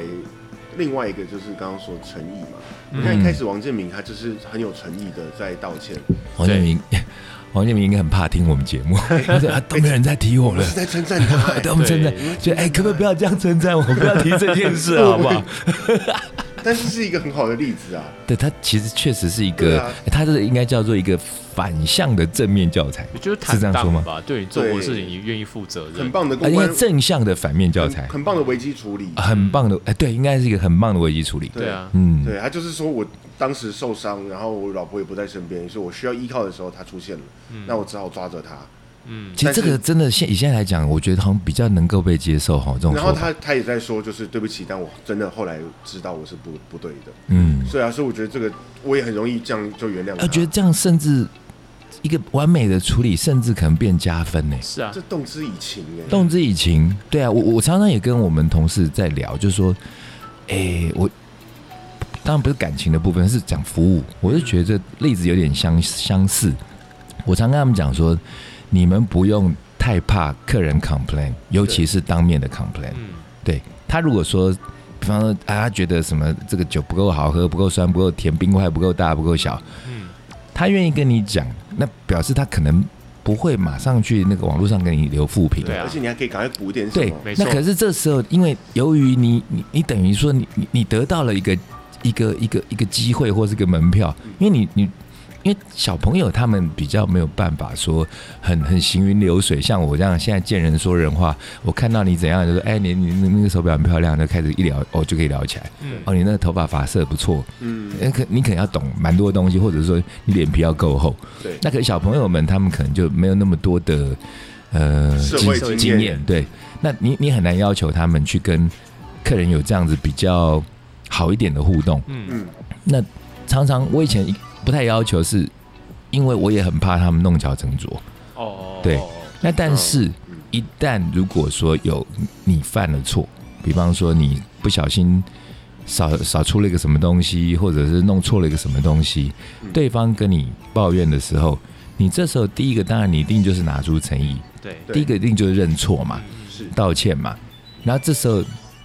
S1: 另外一个就是刚刚说诚意嘛。
S2: 嗯
S1: 你看一开始王建民他就是很有诚意的在道歉，
S2: 黄建明， 黄建明应该很怕听我们 节目，他说啊，都没有人在提我
S1: 我
S2: 了
S1: 是，在称赞他、欸
S2: 都们称赞，就哎，可不可以不要这样称赞 我，不要提这件事啊，好不好？
S1: 但是是一个很好的例子啊。
S2: 对他其实确实是一
S1: 对
S2: 个
S1: 啊，
S2: 他这应该叫做一个反向的正面教材
S3: 你就是坦
S2: 是这样说
S3: 荡
S2: 吗
S3: 吧，对你做过的事情你愿意负责任
S1: 很，棒的
S2: 啊，
S1: 公
S2: 应该
S1: 关，
S2: 正向的反面教
S1: 很
S3: 嗯
S2: 材，
S1: 很棒的危机处理。
S2: 很棒的，哎，对，应该是一个很棒的危机处理。
S3: 啊对啊，
S2: 嗯，
S1: 对他就是说我当时受伤，然后我老婆也不在身边，所以我需要依靠的时候他出现了，那我只好抓着他。
S3: 嗯，
S2: 其实这个真的现以现在来讲，我觉得好像比较能够被接受哈，这种
S1: 然后
S2: 说法。
S1: 他他也在说，就是对不起，但我真的后来知道我是不不对的。
S2: 嗯，
S1: 所以啊，所以我觉得这个我也很容易这样就原谅他。
S2: 我啊觉得这样甚至一个完美的处理，甚至可能变加分欸呢。
S3: 是啊
S1: 这，动之以情哎、
S2: 动之以情，对啊，我我常常也跟我们同事在聊，就是说，哎、我当然不是感情的部分，是讲服务。我是觉得这例子有点相相似。我常跟他们讲说，你们不用太怕客人 complain，尤其是当面的 complain。
S3: 嗯，
S2: 对他如果说，比方说啊，他觉得什么这个酒不够好喝、不够酸、不够甜、冰块不够大、不够小，
S3: 嗯
S2: 他愿意跟你讲，那表示他可能不会马上去那个网络上给你留负评。
S3: 对啊
S1: 而且你还可以赶快补点什
S2: 对
S1: 么。，
S3: 没
S2: 那
S3: 错
S2: 可是这时候，因为由于你你你等于说你你你得到了一个一个一个一个机会或是个门票，
S3: 嗯
S2: 因为你你因为小朋友他们比较没有办法说很很行云流水，像我这样现在见人说人话，我看到你怎样就说哎你你你那个手表很漂亮，就开始一聊哦就可以聊起来，
S3: 嗯
S2: 哦你那个头发发色不错，
S1: 嗯，
S2: 那可你可能要懂蛮多东西，或者说你脸皮要够厚。
S1: 对
S2: 那可是小朋友们他们可能就没有那么多的呃
S1: 社会
S2: 经
S1: 经验
S2: 经验，对。那你你很难要求他们去跟客人有这样子比较好一点的互动。
S3: 嗯
S1: 嗯，
S2: 那常常我以前不太要求是。因为我也很怕他们弄巧成拙，
S3: 哦，
S2: 对那但是
S1: 嗯
S2: 一旦如果说有你犯了错，比方说你不小心少少出了一个什么东西，或者是弄错了一个什么东西，
S1: 嗯
S2: 对方跟你抱怨的时候，你这时候第一个当然你一定就是拿出诚意，
S3: 对
S1: 对
S2: 第一个一定就是认错嘛，
S1: 是
S2: 道歉嘛。然后这时候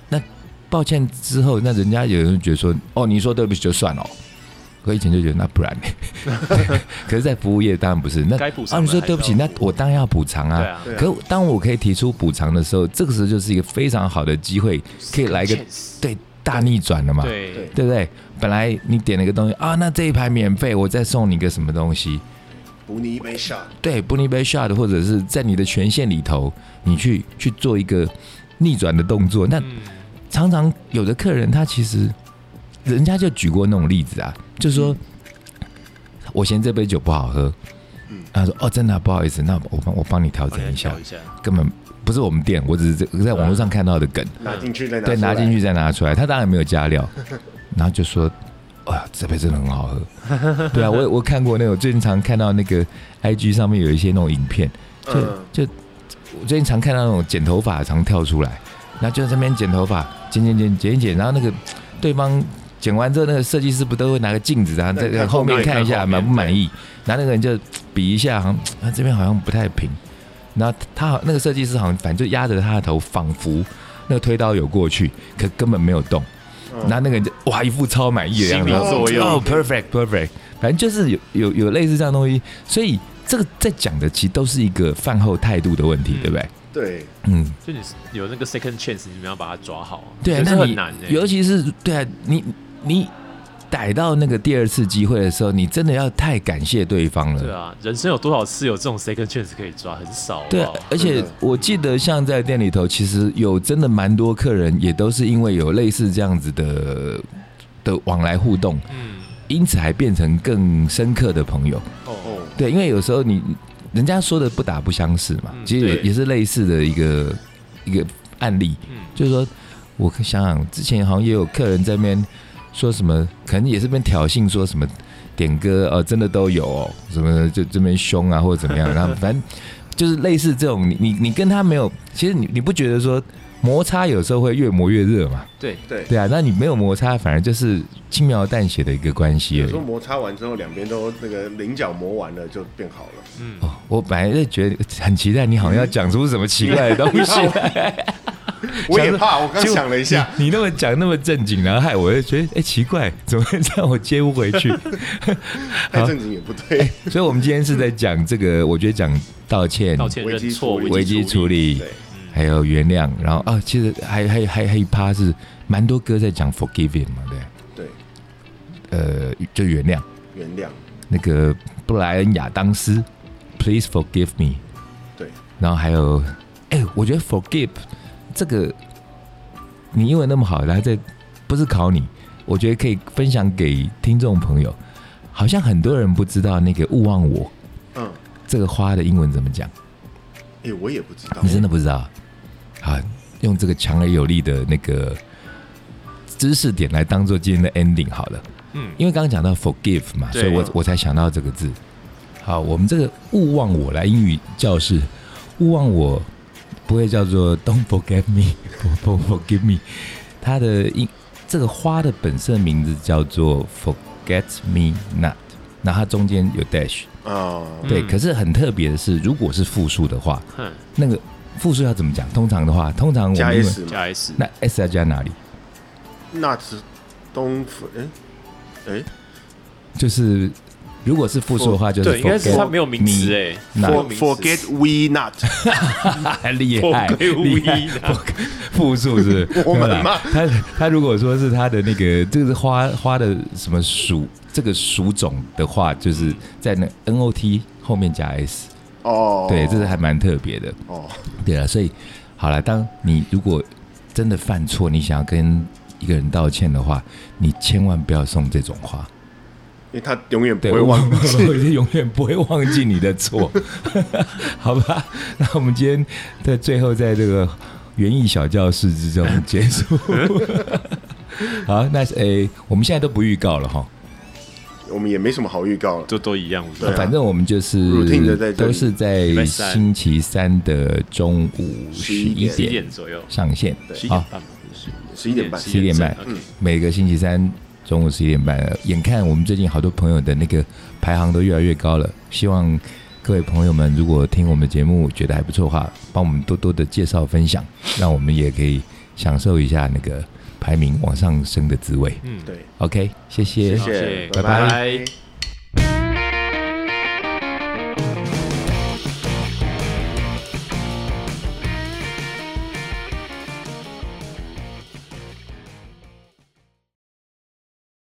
S2: 那抱歉之后，那人家有人觉得说，哦，你说对不起就算了哦。我以前就觉得那不然 呢，可是，在服务业当然不是。那
S3: 该补偿
S2: 啊，
S3: 的
S2: 你说对不起，那
S3: 还是要补
S2: 我当然要补偿
S3: 对
S2: 啊。
S3: 啊，
S1: 对啊
S2: 可当我可以提出补偿的时候，这个时候就是一个非常好的机会，可以来一个
S3: Chance
S2: 对大逆转了嘛。
S3: 对
S2: 对不对？本来你点了一个东西啊，那这一盘免费，我再送你个什么东西？
S1: 补你一杯 shot，
S2: 对，不你杯 shot，或者是在你的权限里头，你去去做一个逆转的动作。那
S3: 嗯
S2: 常常有的客人他其实人家就举过那种例子啊，就说我嫌这杯酒不好喝
S1: 嗯，
S2: 他说哦，真的啊、不好意思，那我帮我帮你调整一下
S3: 哦调，一下，
S2: 根本不是我们店，我只是在在网络上看到的梗。
S3: 嗯
S1: 拿进去再拿
S2: 对，拿进
S1: 去。
S2: 去再拿出来，他当然没有加料，然后就说。哇，这杯真的很好喝。对啊，我我看过那种，最近常看到那个 IG 上面有一些那种影片，就、
S1: 嗯
S2: 就我最近常看到那种剪头发常跳出来，然后就在那边剪头发，剪剪剪剪一剪，然后那个对方剪完之后，那个设计师不都会拿个镜子，然后在
S1: 对看
S2: 后面
S1: 后面
S2: 看一下
S3: 看后面
S2: 满不满意，然后那个人就比一下，好像啊这边好像不太平，然后他好那个设计师好像反正就压着他的头，仿佛那个推刀有过去，可根本没有动。
S1: 嗯
S2: 然后那个人就哇一副超满意的样子，
S3: 心
S1: 理作用
S2: 哦，perfect perfect，反
S3: 嗯
S2: 正就是有有有类似这样东西，所以这个在讲的其实都是一个饭后态度的问题，
S3: 嗯
S2: 对不对？
S1: 对，
S2: 嗯，
S3: 就你有那个 second chance，你怎么样把它抓好啊？
S2: 对啊，
S3: 这
S2: 那
S3: 很
S2: 你
S3: 难的，
S2: 尤其是对啊，你你逮到那个第二次机会的时候，你真的要太感谢对方了，
S3: 对啊，人生有多少次有这种 second chance 可以抓？很少好不
S2: 对啊
S3: 好，
S2: 而且
S1: 真的
S2: 我记得像在店里头，其实有真的蛮多客人也都是因为有类似这样子的的往来互动，
S3: 嗯，
S2: 因此还变成更深刻的朋友。
S3: 哦，
S1: 哦，
S2: 对，因为有时候你人家说的不打不相识嘛，
S3: 嗯
S2: 其实也
S1: 对
S2: 也是类似的一个一个案例，
S3: 嗯，
S2: 就是说，我想想之前好像也有客人在那边说什么，可能也是被挑衅说什么点歌呃，真的都有哦，什么的就这边凶啊 或者怎么样，然后反正就是类似这种，你你你跟他没有，其实你你不觉得说摩擦有时候会越磨越热嘛，
S3: 对，
S1: 对，
S2: 对啊，那你没有摩擦，反而就是轻描淡写的一个关系
S1: 有
S2: 而已
S1: 时候。摩擦完之后，两边都那个菱角磨完了就变好 了。
S3: 嗯，
S2: 哦，我本来是觉得很期待，你好像要讲出什么奇怪的东 西来。
S1: 我也
S2: 想说
S1: 怕，我刚
S2: 结果
S1: 想了一下，
S2: 你，你那么讲那么正经，然后害我就觉得，哎、奇怪， 怎么会这样？我接不回 去。
S1: 太
S2: 啊
S1: 正经也不对。
S2: 所以，我们今天是在讲这个，我觉得讲道歉、
S3: 道歉
S1: 危机
S3: 认
S1: 处
S3: 错，
S1: 理
S2: 危机处理
S1: 对，
S2: 还有原谅，然后啊，其实还还还还一趴是蛮多歌在讲 forgiving 嘛，对，
S1: 对，
S2: 呃，就原谅。
S1: 原谅，
S2: 那个布莱恩亚当斯，Please forgive me。
S1: 对，
S2: 然后还有，哎、我觉得 forgive 这个，你英文那么好，然后再不是考你，我觉得可以分享给听众朋友。好像很多人不知道那个勿忘我
S1: 嗯，
S2: 这个花的英文怎么讲，
S1: 哎，我也不知道
S2: 你，真的不知道？好，用这个强而有力的那个知识点来当做今天的 ending 好了。
S3: 嗯，
S2: 因为刚刚讲到 forgive 嘛，
S3: 对
S2: 所以我
S1: 嗯
S2: 我才想到这个字。好，我们这个勿忘我来英语教室，勿忘我不会叫做 don't forget me，不 不 forgive me，它的英这个花的本身的名字叫做 forget me not，那它中间有 dash，
S1: 啊，
S2: 对，
S3: 嗯
S2: 可是很特别的是，如果是复数的话，
S3: 哼，
S2: 那个复数要怎么讲？通常的话，通常我
S1: 加
S2: 们英文
S1: S 嘛
S3: 加 S，
S2: 那 s 要加哪里？
S1: 那是东福，哎哎
S2: 就是如果是复数的话，就是
S3: 对，应该是
S2: forget
S3: 他没有名词
S2: me
S3: 哎，
S2: 那
S3: 没有
S1: ，for
S3: 名词
S1: forget we not，
S2: 厉害，
S3: Forget we
S2: 厉害
S3: not
S2: 复数 是不是
S1: 我们
S2: 没有啦
S1: 吗
S2: 他他如果说是他的那个，这个是花花的什么属这个属种的话，就是在那 N O T 后面加 S，
S1: 哦，
S2: 对，这是还蛮特别的。
S1: 哦，
S2: 对啊，所以好了，当你如果真的犯错，你想要跟一个人道歉的话，你千万不要送这种花。
S1: 因为他永远不
S2: 对，
S1: 会 忘记。
S2: 我永远不会忘记你的错， 好吧？那我们今天在最后，在这个园艺小教室之中结束。好，那诶、我们现在都不预告了哈，
S1: 我们也没什么好预告了。
S3: 都都一样，
S1: 对啊
S2: 反正我们就是
S1: Routine 的在这里
S2: 都是
S3: 礼
S2: 在
S3: 拜三
S2: 星期三的中午十一
S3: 几
S2: 点
S3: 点左右？
S2: 上线
S1: 对，
S3: 十一
S2: 好
S3: 点，半吗，
S1: 十一点半，
S2: 11点半
S3: 正，OK
S2: 每个星期三。中午十一点半了，眼看我们最近好多朋友的那个排行都越来越高了，希望各位朋友们如果听我们的节目觉得还不错的话，帮我们多多的介绍分享，让我们也可以享受一下那个排名往上升的滋味。
S3: 嗯，
S1: 对，
S2: OK，谢谢
S1: 谢
S3: 好谢谢
S1: 谢，
S2: 拜拜
S3: 拜